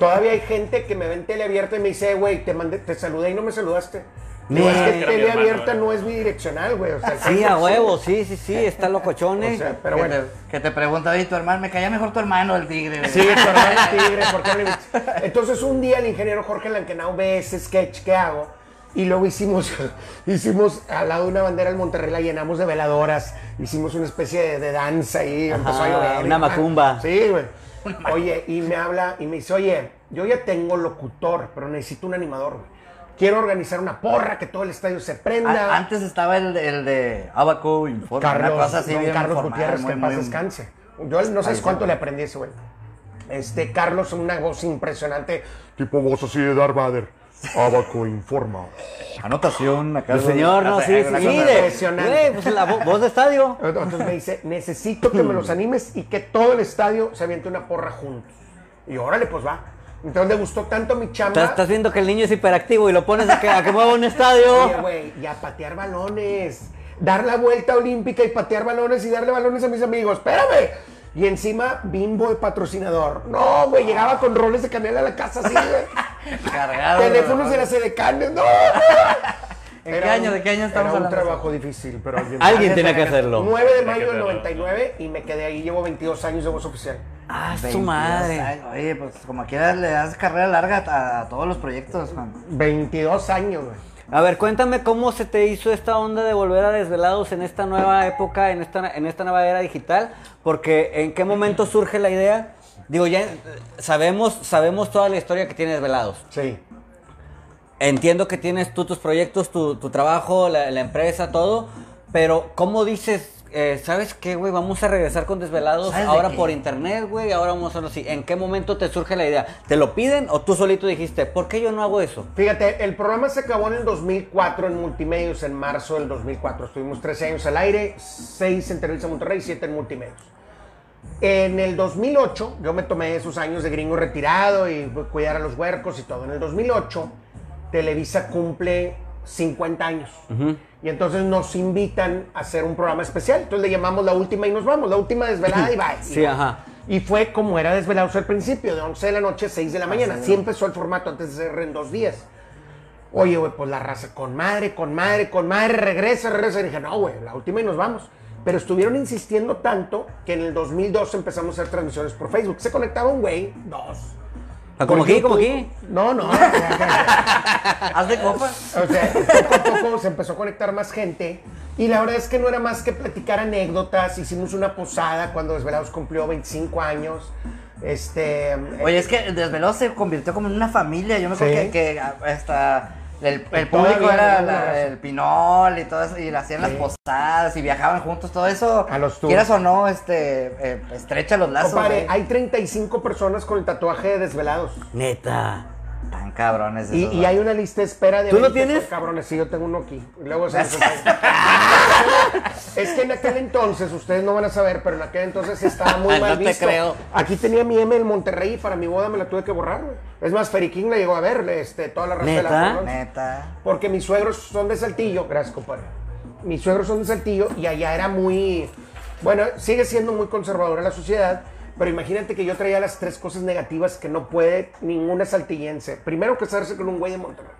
Todavía hay gente que me ve en teleabierta y me dice, güey, te, mandé- te saludé y no me saludaste. No, es que
Era mi
tele
hermano,
abierta
¿eh?
no es bidireccional, güey. O sea,
Sí, a huevo, sí, sí, sí, está eh. locochone.
O sea, pero
que,
bueno.
te, que te pregunta, oye, tu hermano, me caía mejor tu hermano el tigre. güey".
Sí, tu hermano es tigre, ¿por qué no le invitas? Entonces un día el ingeniero Jorge Lankenau ve ese sketch que hago y luego hicimos, hicimos al lado de una bandera en Monterrey, la llenamos de veladoras, hicimos una especie de, de danza y empezó a
Ajá,
llover. y
una
tal.
macumba.
Sí, güey. Oye, y me habla y me dice, oye, yo ya tengo locutor, pero necesito un animador, güey. Quiero organizar una porra, que todo el estadio se prenda.
A- antes estaba el, el de Abaco Informe,
Carlos,
una cosa así
don
bien
Carlos
formal,
Gutiérrez,
muy-
que en paz
muy-
descanse. Yo no sé cuánto le aprendí a ese güey. Este, Carlos, una voz impresionante.
Tipo voz así de Darth Vader. Abaco informa.
Anotación acá.
El señor, no, sí,
Hace-
sí,
una cosa-
mire,
impresionante.
güey, pues la vo- voz de estadio.
Entonces me dice, necesito que me los animes y que todo el estadio se aviente una porra juntos. Y órale, pues va. Entonces le gustó tanto mi
Estás,
chamba.
estás viendo que el niño es hiperactivo y lo pones a que, a que mueva un estadio.
Oye, güey, y a patear balones. Dar la vuelta olímpica y patear balones y darle balones a mis amigos. ¡Espérame! Y encima, bimbo de patrocinador. No, güey, llegaba con roles de canela a la casa así, güey.
Cargado.
Teléfonos de
güey.
las edecanes, no.
¿En
Era
qué año?
un-
¿De qué año estamos
Era un
hablando?
trabajo difícil, pero alguien.
Alguien tenía
tenía
que
que-
hacerlo.
9 de
Tenía que
mayo del
hacerlo.
99 y me quedé ahí. Llevo 22 años de voz oficial.
Ah, su
22
madre.
años. Oye, pues como quieras le das carrera larga a, a todos los proyectos, Juan.
22 años, güey.
A ver, cuéntame cómo se te hizo esta onda de volver a Desvelados en esta nueva época, en esta, en esta nueva era digital, porque en qué momento surge la idea. Digo, ya eh, sabemos, sabemos toda la historia que tiene Desvelados.
Sí.
Entiendo que tienes tú tus proyectos, tu, tu trabajo, la, la empresa, todo, pero ¿cómo dices, eh, sabes qué, güey? Vamos a regresar con Desvelados
¿Sabes de
ahora
qué?
por internet, güey, ahora vamos a hacerlo así. ¿En qué momento te surge la idea? ¿Te lo piden o tú solito dijiste, ¿por qué yo no hago eso?
Fíjate, el programa se acabó en el 2004 en Multimedios, en marzo del 2004. Estuvimos 13 años al aire, 6 en Televisa Monterrey, 7 en Multimedios. En el 2008, yo me tomé esos años de gringo retirado y fui a cuidar a los huercos y todo. En el 2008, Televisa cumple 50 años. Y entonces nos invitan a hacer un programa especial. Entonces le llamamos La Última y nos vamos. La Última Desvelada y bye. Y
Sí, ajá.
Y fue como era desvelados al principio, de 11 de la noche a 6 de
Ah,
la mañana. Así empezó el formato antes de ser en dos días. Oye, güey, pues la raza con madre, con madre, con madre, regresa, regresa. Y dije, no, güey, la última y nos vamos. Pero estuvieron insistiendo tanto que en el 2002 empezamos a hacer transmisiones por Facebook. Se conectaba un güey, dos.
Ah, Como
Por
aquí, como
YouTube.
aquí.
No, no. o sea,
Haz de copas.
o sea, poco a poco se empezó a conectar más gente. Y la verdad es que no era más que platicar anécdotas. Hicimos una posada cuando Desvelados cumplió 25 años. Este.
Oye, es que Desveló se convirtió como en una familia. Yo me acuerdo
Sí.
que, que hasta el, el
Todavía
público era
no,
la-
no, no.
el pinol y todo eso, y le hacían
Sí.
las posadas y viajaban juntos, todo eso.
A los tours.
Quieras o no, este, eh, estrecha los lazos.
Compadre,
güey.
hay 35 personas con el tatuaje de Desvelados.
Neta.
Tan cabrones.
Y,
esos,
y
güey.
hay una lista de espera de.
¿Tú lo
20
tienes?
Cabrones, sí, yo tengo uno aquí. Luego se los enseño. Es que en aquel entonces, ustedes no van a saber, pero en aquel entonces estaba muy
No
mal
te
visto.
creo.
Aquí tenía mi M en Monterrey y para mi boda me la tuve que borrar, güey. Es más, Feriquín la llegó a ver, este, toda la raza de la
¿Neta?
Colón.
Neta.
Porque mis suegros son de Saltillo, gracias, compadre. Mis suegros son de Saltillo y allá era muy. Bueno, sigue siendo muy conservadora la sociedad, pero imagínate que yo traía las tres cosas negativas que no puede ninguna saltillense. Primero, casarse con un güey de Monterrey.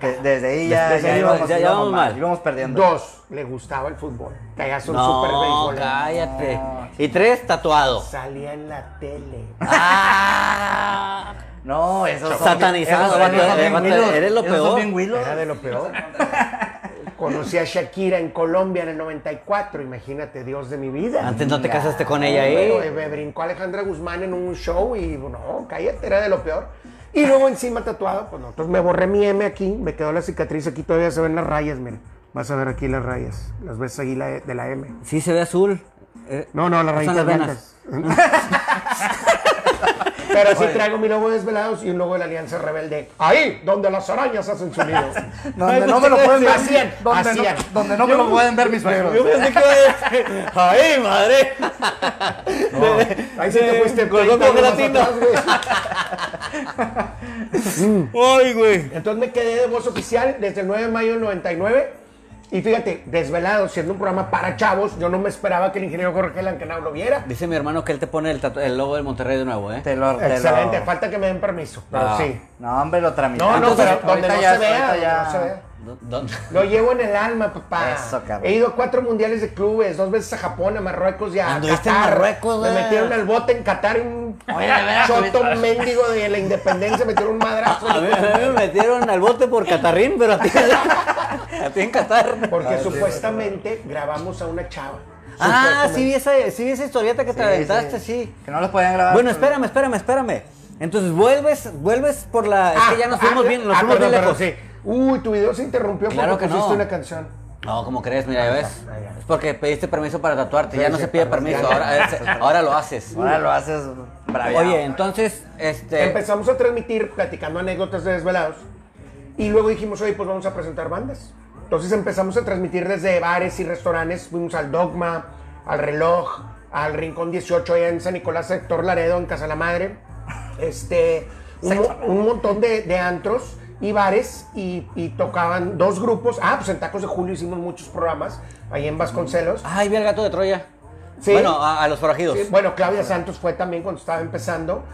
Que Desde ahí ya,
Desde
ya
ahí
íbamos,
vamos-
ya
íbamos
vamos mal.
Íbamos perdiendo.
Dos, le gustaba el fútbol. Pegas un super
No,
béisbol. ¿eh?
cállate. Y tres, tatuado.
Salía en la tele.
No, eso son.
Satanizado,
esos
vato,
esos
eh,
bien
vato,
willows.
eres lo
Esos son
peor.
bien willows.
Era de lo peor. Conocí a Shakira en Colombia en el 94, imagínate, Dios de mi vida.
Antes no te casaste con ella,
Bueno,
¿eh?
eh, me brincó Alejandra Guzmán en un show y no, cállate, era de lo peor. Y luego encima tatuado, pues no. Entonces me borré mi M aquí, me quedó la cicatriz, aquí todavía se ven las rayas, miren. Vas a ver aquí las rayas, las ves ahí la- de la M.
Sí, se ve azul. Eh,
No, no, las
son
rayitas
las venas.
blancas. Pero sí traigo mi logo de Desvelados y un logo de la Alianza Rebelde. Ahí, donde las arañas hacen su nido.
Donde no me lo pueden
pues Hacían,
ver. Donde no,
hacían.
donde no me lo pueden ver mis
Yo
suegros.
pensé que iba a decir, ¡Ay, madre!
Ahí sí te fuiste
Colgó
30
con
años
gelatina.
atrás, güey.
¡Ay, güey!
Entonces me quedé de voz oficial desde el 9 de mayo del 99. Y fíjate, desvelado, siendo un programa para chavos, yo no me esperaba que el ingeniero Jorge Lancanau lo viera.
Dice mi hermano que él te pone el, tatu- el logo del Monterrey de nuevo, ¿eh?
Te lo, te lo-
Excelente, falta que me den permiso. Pero
Ah.
sí.
No, hombre, lo tramitamos.
No, no,
Entonces,
pero donde
ahorita
no,
ya-
se vea,
ahorita
donde
ya-
no se vea.
¿Dó- dónde?
Lo llevo en el alma, papá.
Eso, cabrón.
He ido a cuatro mundiales de clubes, dos veces a Japón, a Marruecos y a
Anduviste en
Qatar.
Marruecos,
Me
güey.
metieron al bote en Qatar y un
Oye, de veras,
choto
ahorita-
mendigo de la independencia, me metieron un madrazo.
A mí, a mí me metieron al bote por Catarrín, pero a ti, a ti en Qatar.
Porque supuestamente grabamos a una chava.
Ah,
Supuestamente.
sí vi, esa, sí vi esa historieta que te aventaste, sí.
Que no los podían grabar.
Bueno,
pero-
espérame, espérame, espérame. Entonces vuelves, vuelves por la. es que ya nos fuimos
ah,
bien, nos
ah,
fuimos
perdón,
bien
perdón,
lejos.
sí. Uy, tu video se interrumpió
Claro
porque
que
pusiste
no.
una canción.
No, como crees, mira, ya ves.
está, ahí ya.
Es porque pediste permiso para tatuarte,
Sí,
ya no
sí,
se pide
perdón,
permiso,
ya.
ahora, es- ahora lo haces.
Ahora lo haces braviado.
Oye, entonces, este.
Empezamos a transmitir platicando anécdotas de desvelados y luego dijimos, oye, pues vamos a presentar bandas. Entonces empezamos a transmitir desde bares y restaurantes, fuimos al Dogma, al Reloj, al Rincón 18 allá en San Nicolás, sector Laredo, en Casa de la Madre, este, un, mo- un montón de, de antros y bares y, y tocaban dos grupos. Ah, pues en Tacos de Julio hicimos muchos programas ahí en Vasconcelos.
Ay, vi al gato de Troya.
Sí.
Bueno, a, a los forajidos.
Sí, bueno, Claudia Santos fue también cuando estaba empezando.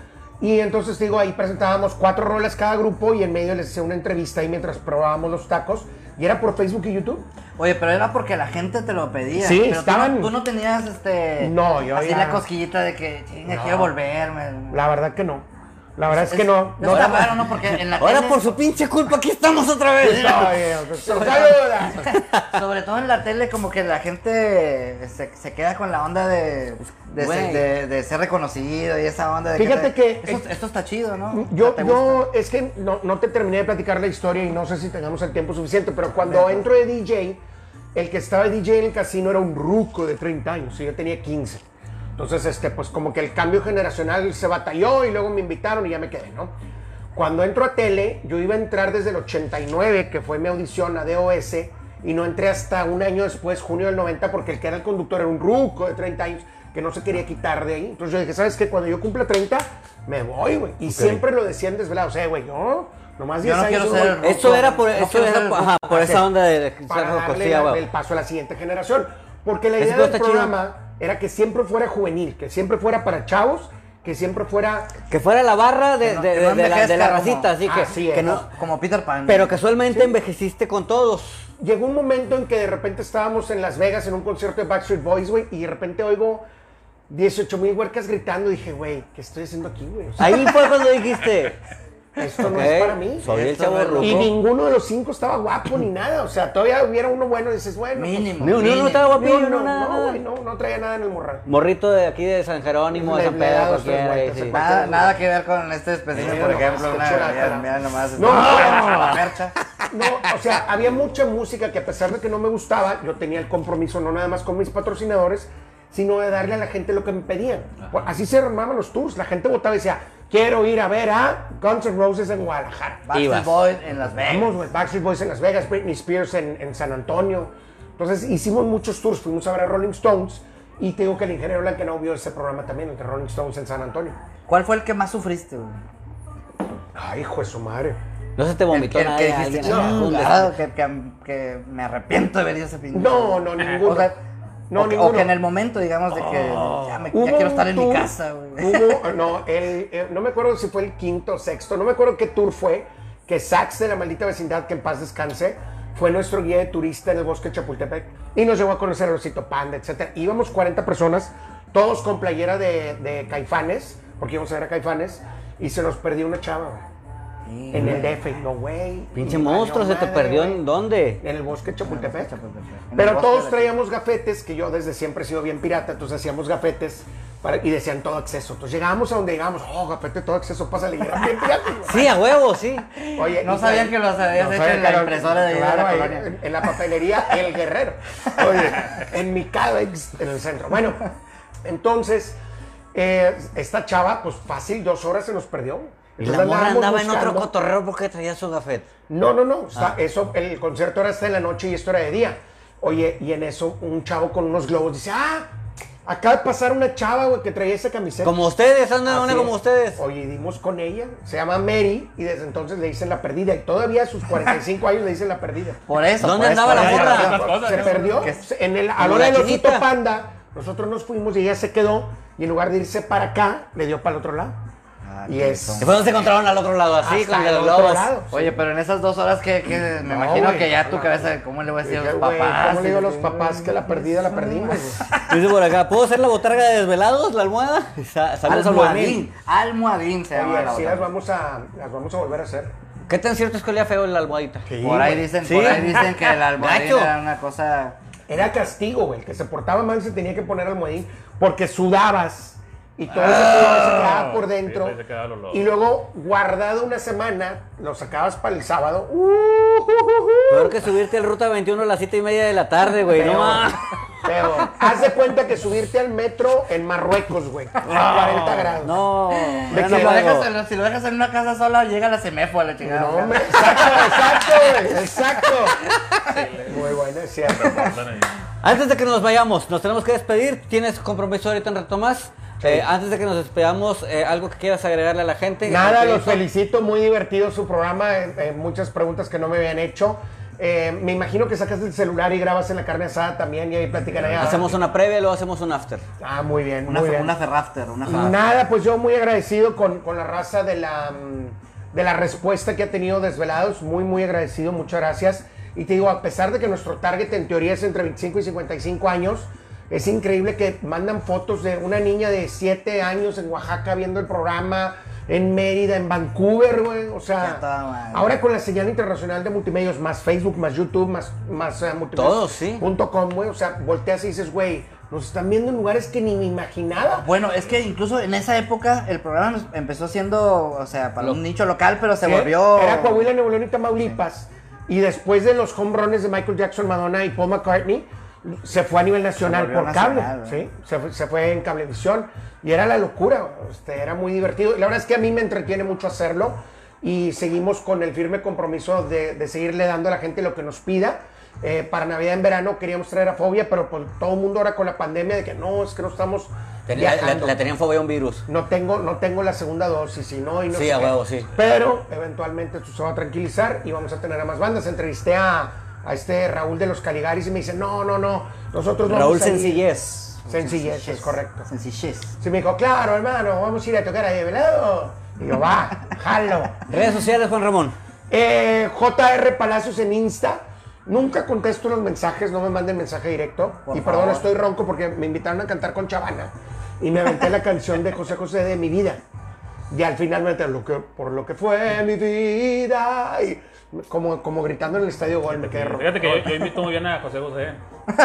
Y entonces digo, ahí presentábamos cuatro rolas cada grupo y en medio les hacía una entrevista ahí mientras probábamos los tacos. Y era por Facebook y YouTube.
Oye, pero era porque la gente te lo pedía.
Sí,
pero tú no- Tú
estaban-
no, tenías este.
No, yo
Así
ya-
la cosquillita de que, chinga, quiero volverme.
La verdad que no. La verdad es, que no. No,
está
no,
raro, ¿no? Porque en la
Ahora
tele-
por su pinche culpa, aquí estamos otra vez.
no, no, saluda.
Sobre todo en la tele, como que la gente se, se queda con la onda de, de,
Güey.
ser, de- de ser reconocido y esa onda de.
Pues, Fíjate que- Mm,
Esto, esto está chido, ¿no?
Yo,
O sea, ¿te gusta?
yo es que no, no te terminé de platicar la historia y no sé si tengamos el tiempo suficiente, pero cuando entro de DJ, el que estaba de DJ en el casino era un ruco de 30 años y yo tenía 15. Entonces, este, pues como que el cambio generacional se batalló y luego me invitaron y ya me quedé, ¿no? Cuando entro a tele, yo iba a entrar desde el 89, que fue mi audición a DOS, y no entré hasta un año después, junio del 90, porque el que era el conductor era un ruco de 30 años que no se quería quitar de ahí. Entonces yo dije, ¿sabes qué? Cuando yo cumpla 30, me voy, güey. Y siempre lo decían desvelado. O sea, güey, yo nomás 10
Yo no
años.
quiero
güey,
ser el ruco.
Esto era por,
No
esto
quiero ser
era
el
por,
ruco.
ajá, por esa onda de, de
para darle
cosilla,
la-
güey.
el paso a la siguiente generación. Porque la
Ese
idea
pedo
del
está chido.
programa era que siempre fuera juvenil, que siempre fuera para chavos, que siempre fuera...
Que fuera la barra de,
no-
de-
que no
de- de la, de la
envejezca como-
racita, así que,
Así es.
que no.
Como Peter Pan.
Pero casualmente envejeciste con todos.
Llegó un momento en que de repente estábamos en Las Vegas en un concierto de Backstreet Boys, güey, y de repente oigo 18 mil huercas gritando. Y dije, güey, ¿qué estoy haciendo aquí, güey? O sea,
Ahí fue cuando dijiste.
esto no
"Ok,
es para mí.
Soy el
Esto
chavo
no es
ruco.
Y ninguno de los cinco estaba guapo ni nada. O sea, todavía hubiera uno bueno y dices, bueno. pues,
Mínimo.
Ni uno,
mínimo.
no estaba
No,
guapillo,
no,
no,
no,
nada,
no,
nada.
güey, no, no traía nada en el morral.
Morrito de aquí de San Jerónimo, de
Le-
San
le
Pedro,
daba dos,
cualquiera,
tres
ahí,
vueltas,
sí.
se
Nada, nada que ver con este específico,
Mira
por
nomás,
ejemplo.
qué
Una,
chulada.
mira, mira nomás.
No.
la mercha.
No, o sea, había mucha música que a pesar de que no me gustaba, yo tenía el compromiso no nada más con mis patrocinadores, sino de darle a la gente lo que me pedían. Por- Así se armaban los tours. La gente votaba y decía, quiero ir a ver a Guns N' Roses en Guadalajara.
Ibas.
Backstreet Boys en Las Vegas.
Vamos, güey, Backstreet Boys en Las Vegas, Britney Spears en, en San Antonio. Entonces hicimos muchos tours, fuimos a ver a Rolling Stones y te digo que el ingeniero Blanca vio ese programa también, el de Rolling Stones en San Antonio.
¿Cuál fue el que más sufriste, güey?
Ay, hijo de su madre.
No se te
El,
vomitó
el
nada.
que dijiste,
alguien, algún
"Chingado, que, que, que me arrepiento de haber ido a ese pinche.
No, no, ninguno.
O sea,
no,
o, que, o
ninguno. Oh.
que en el momento, digamos, de que ya, me- ya
Hubo
quiero estar
un
en mi
tour,
casa, güey.
hubo- no, el- eh, no me acuerdo si fue el quinto o sexto, no me acuerdo qué tour fue, que Sax de la maldita vecindad, que en paz descanse, fue nuestro guía de turista en el bosque de Chapultepec y nos llevó a conocer a Osito Panda, etc. Íbamos 40 personas, todos con playera de, de Caifanes, porque íbamos a ver a Caifanes, y se nos perdió una chava, güey,
Sí,
En
güey.
el DF, Y no, güey.
Pinche
y valió
monstruo, se te
madre,
perdió
güey.
en dónde.
En el bosque de Chapultepec.
Chapultepec. En el
Pero
bosque
todos
de-
traíamos gafetes, que yo desde siempre he sido bien pirata, entonces hacíamos gafetes para- y decían todo acceso. Entonces llegábamos a donde llegábamos, oh, gafete, todo acceso, pásale, y eran bien piratas, güey.
Sí, a huevo, sí.
Oye,
No
y-
sabían que los habías hecho
sabían
en
que
la
lo-
impresora de ahí de la
claro, ahí,
colonia.
En, en la papelería El Guerrero. Oye, en mi Cadex, en el centro. Bueno, entonces, eh, esta chava, pues fácil, dos horas se nos perdió.
Y
Entonces,
la morra andaba
andábamos
en otro
buscando-
cotorreo porque traía su gafet.
no, no, no. o
Ah.
sea, eso, el concierto era hasta en la noche y esto era de día. Oye, y en eso un chavo con unos globos dice, ah, acaba de pasar una chava, güey, que traía esa camiseta.
Como ustedes, andan
Así
una como
es.
ustedes.
Oye, y dimos con ella, se llama Mary, y desde entonces le dicen la perdida. Y todavía a sus 45 años le dicen la perdida.
Por eso.
¿Dónde
por
andaba
eso,
la
por eso.
morra?
cosa,
se
¿no?
perdió.
Que-
En el, a
como
la hora
la
del osito
chinita.
panda, nosotros nos fuimos y ella se quedó, y en lugar de irse para acá, le dio para el otro lado.
Ah,
Y
qué
es-
Y
eso.
fue donde se encontraron al otro lado, así,
Hasta
con
el
los
otro
globos.
lado.
Oye, pero en esas dos horas que, que me
No,
imagino
güey,
que ya tu
no,
cabeza,
güey.
de ¿cómo le voy a decir a
Dije,
los
güey,
papás?
¿Cómo le digo a los
Y-
papás que la perdida la perdimos? güey?
Dice por acá, ¿puedo hacer la botarga de desvelados, la almohada? Sa- Saludos a Luemil.
Almohadín, almohadín se llama
Oye,
la
sí,
otra.
las vamos a, las vamos a volver a hacer.
¿Qué tan cierto es que olía feo la almohadita?
Por ahí dicen, por
Sí.
ahí dicen que el almohadín
Gacho.
era una cosa.
Era castigo, güey. El que se portaba mal se tenía que poner almohadín porque sudabas y todo ese sudor se quedaba por dentro.
Sí, se quedaba el olor.
y luego, guardado una semana, lo sacabas para el sábado. ¡Uh, uh, uh, uh!
Peor que subirte al Ruta 21 a las 7 y media de la tarde, güey, no
Peor,
más.
peor. Haz de cuenta que subirte al metro en Marruecos, güey. A
Ah,
40 grados.
No,
¿De
ya
qué?
no
Si lo,
puedo.
dejas, en- si lo dejas en una casa sola, llega la semefo a la chingada.
No, hombre, exacto, exacto, güey, exacto. Muy bueno, es cierto.
Antes de que nos vayamos, nos tenemos que despedir. Tienes compromiso ahorita en rato más. Eh, antes de que nos despedamos, eh, algo que quieras agregarle a la gente.
Nada, los
Rapidito.
felicito, muy divertido su programa, eh, eh, muchas preguntas que no me habían hecho. Eh, me imagino que sacas el celular y grabas en la carne asada también y ahí platican allá.
Hacemos una previa y luego hacemos un after.
Ah, muy bien,
Una,
muy
fe-
bien.
una ferrafter, una
Y
ferrafter.
Nada, pues yo muy agradecido con, con la raza de la, mm, de la respuesta que ha tenido Desvelados. Muy, muy agradecido, muchas gracias. Y te digo, a pesar de que nuestro target en teoría es entre 25 y 55 años, es increíble que mandan fotos de una niña de 7 años en Oaxaca viendo el programa, en Mérida, en Vancouver, güey. O
Ya toda madre.
sea, ahora con la señal internacional de multimedios, más Facebook, más YouTube, más, más eh, multimedios
Todo, sí.
punto com, güey. O sea, volteas y dices, güey, nos están viendo en lugares que ni me imaginaba.
Bueno, es que incluso en esa época el programa nos- empezó siendo, o sea, para
Lo-
un nicho local, pero se
que
volvió.
Era Coahuila, Nuevo León y Tamaulipas. Y después de los home runs de Michael Jackson, Madonna y Paul McCartney, se fue a nivel nacional
volvió
por cable.
nacional,
¿sí? se, fue, se fue en cablevisión. Y era la locura. Este, era muy divertido. Y la verdad es que a mí me entretiene mucho hacerlo. Y seguimos con el firme compromiso de, de seguirle dando a la gente lo que nos pida. Eh, para Navidad en verano queríamos traer a Fobia, pero pues, todo el mundo ahora con la pandemia de que no, es que no estamos.
Tenía- la,
viajando
la tenían fobia a un virus.
no tengo, no tengo la segunda dosis y no, y no
Sí,
sé
a
qué.
huevo, sí.
Pero eventualmente esto se va a tranquilizar y vamos a tener a más bandas. Entrevisté a, a este Raúl de los Caligaris y me dice, no, no, no, nosotros vamos
Raúl
a ir".
Sencillez.
Sencillez, es correcto.
Sencillez.
Sí, me dijo, claro, hermano, vamos a ir a tocar ahí de velado. Y yo, va, jalo.
Redes sociales, Juan Ramón.
Eh, JR Palacios en Insta. Nunca contesto los mensajes, no me manden mensaje directo.
Por
y perdón,
favor.
estoy ronco porque me invitaron a cantar con Chavana. Y me aventé la canción de José José de mi vida. Y al final me metieron, lo que por lo que fue mi vida. Y como, como gritando en el estadio gol, me quedé ronco.
Fíjate que yo, yo invito muy bien a José José.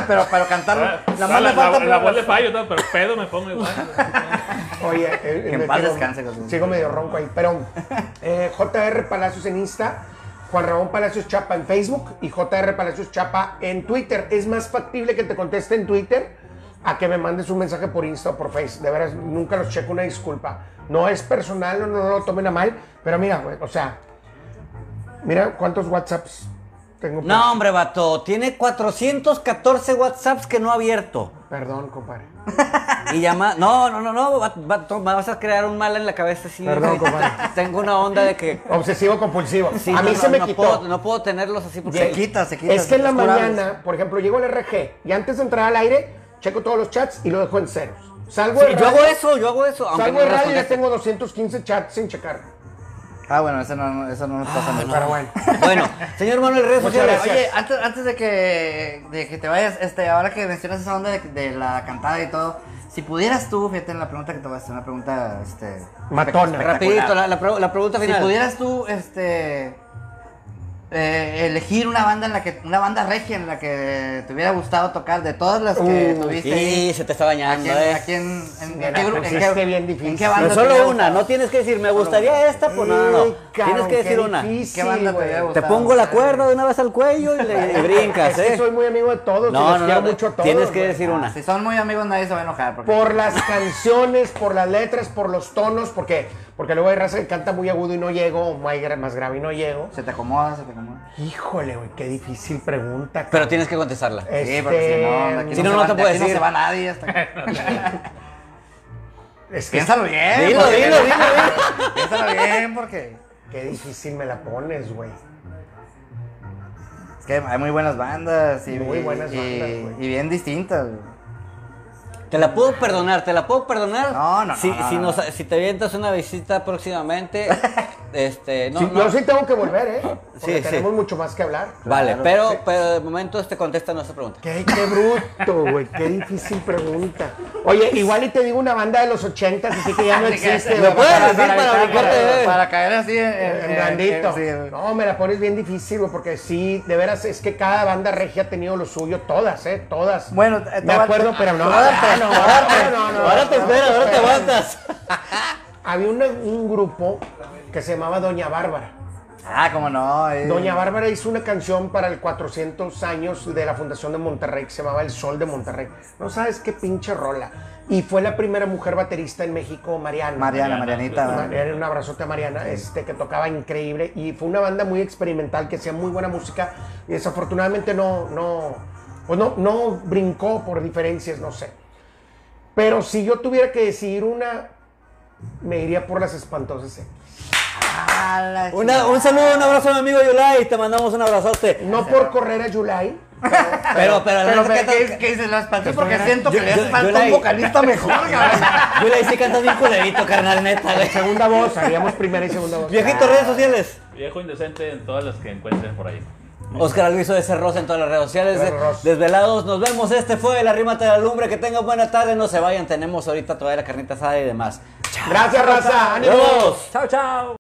pero para cantarlo,
Ah,
nada
ah,
más
la,
le falta.
la- la voz
pero-
de fallo, todo, pero pedo me pongo igual.
Oye, eh, eh,
en
me
paz
quedo-
descanse, José.
Sigo medio ronco ahí, pero eh, JR Palacios en Insta, Juan Ramón Palacios Chapa en Facebook y JR Palacios Chapa en Twitter. Es más factible que te conteste en Twitter a que me mandes un mensaje por Insta o por Face. De veras, nunca los checo, una disculpa. No es personal, no, no, no lo tomen a mal, pero mira, güey, o sea, mira cuántos WhatsApps tengo. por-
No, hombre, vato. Tiene 414 WhatsApps que no ha abierto.
Perdón, compadre.
Y llama. No, no, no, no. va- vato, me vas a crear un mal en la cabeza. Sí,
Perdón,
Sí.
compadre.
Tengo una onda de que.
Obsesivo compulsivo.
sí,
a mí
no,
se
no,
me
no
quitó.
Puedo, no puedo tenerlos así porque.
Se quita, se quita.
Es que en la
es curable.
mañana, por ejemplo, llego al RG y antes de entrar al aire, checo todos los chats y lo dejo en ceros. Salgo
Sí,
de
yo
radio-
hago eso, yo hago eso. Aunque
Salgo
no
de radio y ya
responde.
tengo 215 chats sin checar.
Ah, bueno, eso no, eso no nos pasa nada.
Ah, Pero bueno.
Bueno, señor Manuel, redes
Muchas
sociales.
gracias.
Oye, antes, antes de, que, de que te vayas, este, ahora que mencionas esa onda de, de la cantada y todo, si pudieras tú, fíjate en la pregunta que te voy a hacer, una pregunta este,
Matona.
espectacular.
Rapidito, la, la pre- la pregunta
Si
final.
pudieras tú, este, eh, elegir una banda en la que, una banda regia en la que te hubiera gustado tocar, de todas las que
Uh,
eh, tuviste,
Sí,
ahí,
se te está
¿a
bañando,
quién,
eh.
a quién- en,
Mira,
en qué grupo,
pues
en
este
qué,
bien
en qué
difícil.
banda
Pero
te
solo
hubiera
una,
gustado?
no tienes que decir, me gustaría esta, pues no, no, no. Tienes que decir una.
¿Qué banda te hubiera
Te
gustado?
pongo la cuerda de una vez al cuello y, le, y brincas,
Es que
¿eh?
soy muy amigo de todos. y
No,
los
no,
quiero
no,
mucho a todos.
tienes que
güey. Ah,
decir una.
Si son muy amigos nadie se va a enojar. Porque...
Por las canciones, por las letras, por los tonos, porque, porque luego hay raza que canta muy agudo y no llego, o muy gra- más grave y no llego.
Se te acomoda, se te acomoda.
Híjole, güey, qué difícil pregunta.
Pero tienes que contestarla.
Eh.
Sí, porque si no, de aquí
Este, Si no,
no, se
no
va-
te
de
puedo
aquí no
decir.
se va nadie. Hasta que...
es que
Piénsalo bien.
Dilo,
porque-
dilo, dilo,
Piénsalo bien porque
Qué difícil me la pones, güey.
es que hay muy buenas bandas y,
Muy buenas
y-
bandas, güey.
y bien distintas. güey.
Te la puedo perdonar, te la puedo perdonar.
No, no,
Si,
no, no,
si,
no.
nos- si te avientas una visita próximamente, este, no,
Sí,
no.
Yo sí tengo que volver, ¿eh? Porque
Sí, sí.
tenemos mucho más que hablar.
Vale,
Claro,
pero,
sí.
pero de momento te contesta nuestra pregunta.
Qué, qué bruto, güey. Qué difícil pregunta. Oye, igual y te digo una banda de los ochentas, así que ya no existe.
¿Me
güey,
puedes
para-
decir para
para-
brincarte de Eh,
para-
ver?
Para caer así en, en-
En
en-
blandito.
sí, en-
No, me la pones bien difícil, güey, porque sí, de veras, es que cada banda regia ha tenido lo suyo, todas, ¿eh? Todas.
Bueno, eh,
me
te va-
acuerdo, pero no. Ah,
Ahora
no, ahora no, no,
ahora te
no,
esperas, ahora te
esperas.
aguantas.
Había una- un grupo que se llamaba Doña Bárbara.
Ah, como no. eh.
Doña Bárbara hizo una canción para el 400 años de la Fundación de Monterrey que se llamaba El Sol de Monterrey. No sabes qué pinche rola. Y fue la primera mujer baterista en México, Mariana.
Mariana, Marianita.
Mariana, un abrazote a Mariana, este, que tocaba increíble. Y fue una banda muy experimental que hacía muy buena música. Y desafortunadamente no, no, pues no, no brincó por diferencias, no sé. Pero si yo tuviera que decidir una, me iría por las espantosas. ¿eh? X.
Ah, la
Una-
chingada.
un saludo, un abrazo a mi amigo Yulai, te mandamos un abrazote.
No por correr a July.
Pero, pero,
Pero
la neta
me,
que
¿qué,
ta-
qué dices? Lo espanté porque siento que
yo-
le
yo-
hace
yo
falta
la-
un vocalista mejor, cabrón.
Yulai sí cantas bien culerito, carnal, neta, güey.
Segunda voz, haríamos primera y segunda voz.
Viejito, redes sociales.
Viejo indecente en todas las que encuentren por ahí.
Oscar Luis de Rosa en todas las redes sociales.
Cerro Rosa.
Desvelados, nos vemos. Este fue La Rimata de la Lumbre. Que tengan buena tarde. No se vayan. Tenemos ahorita todavía la carnita asada y demás.
Gracias, raza. ¡Ánimo!
¡Adiós!
Chao, chao.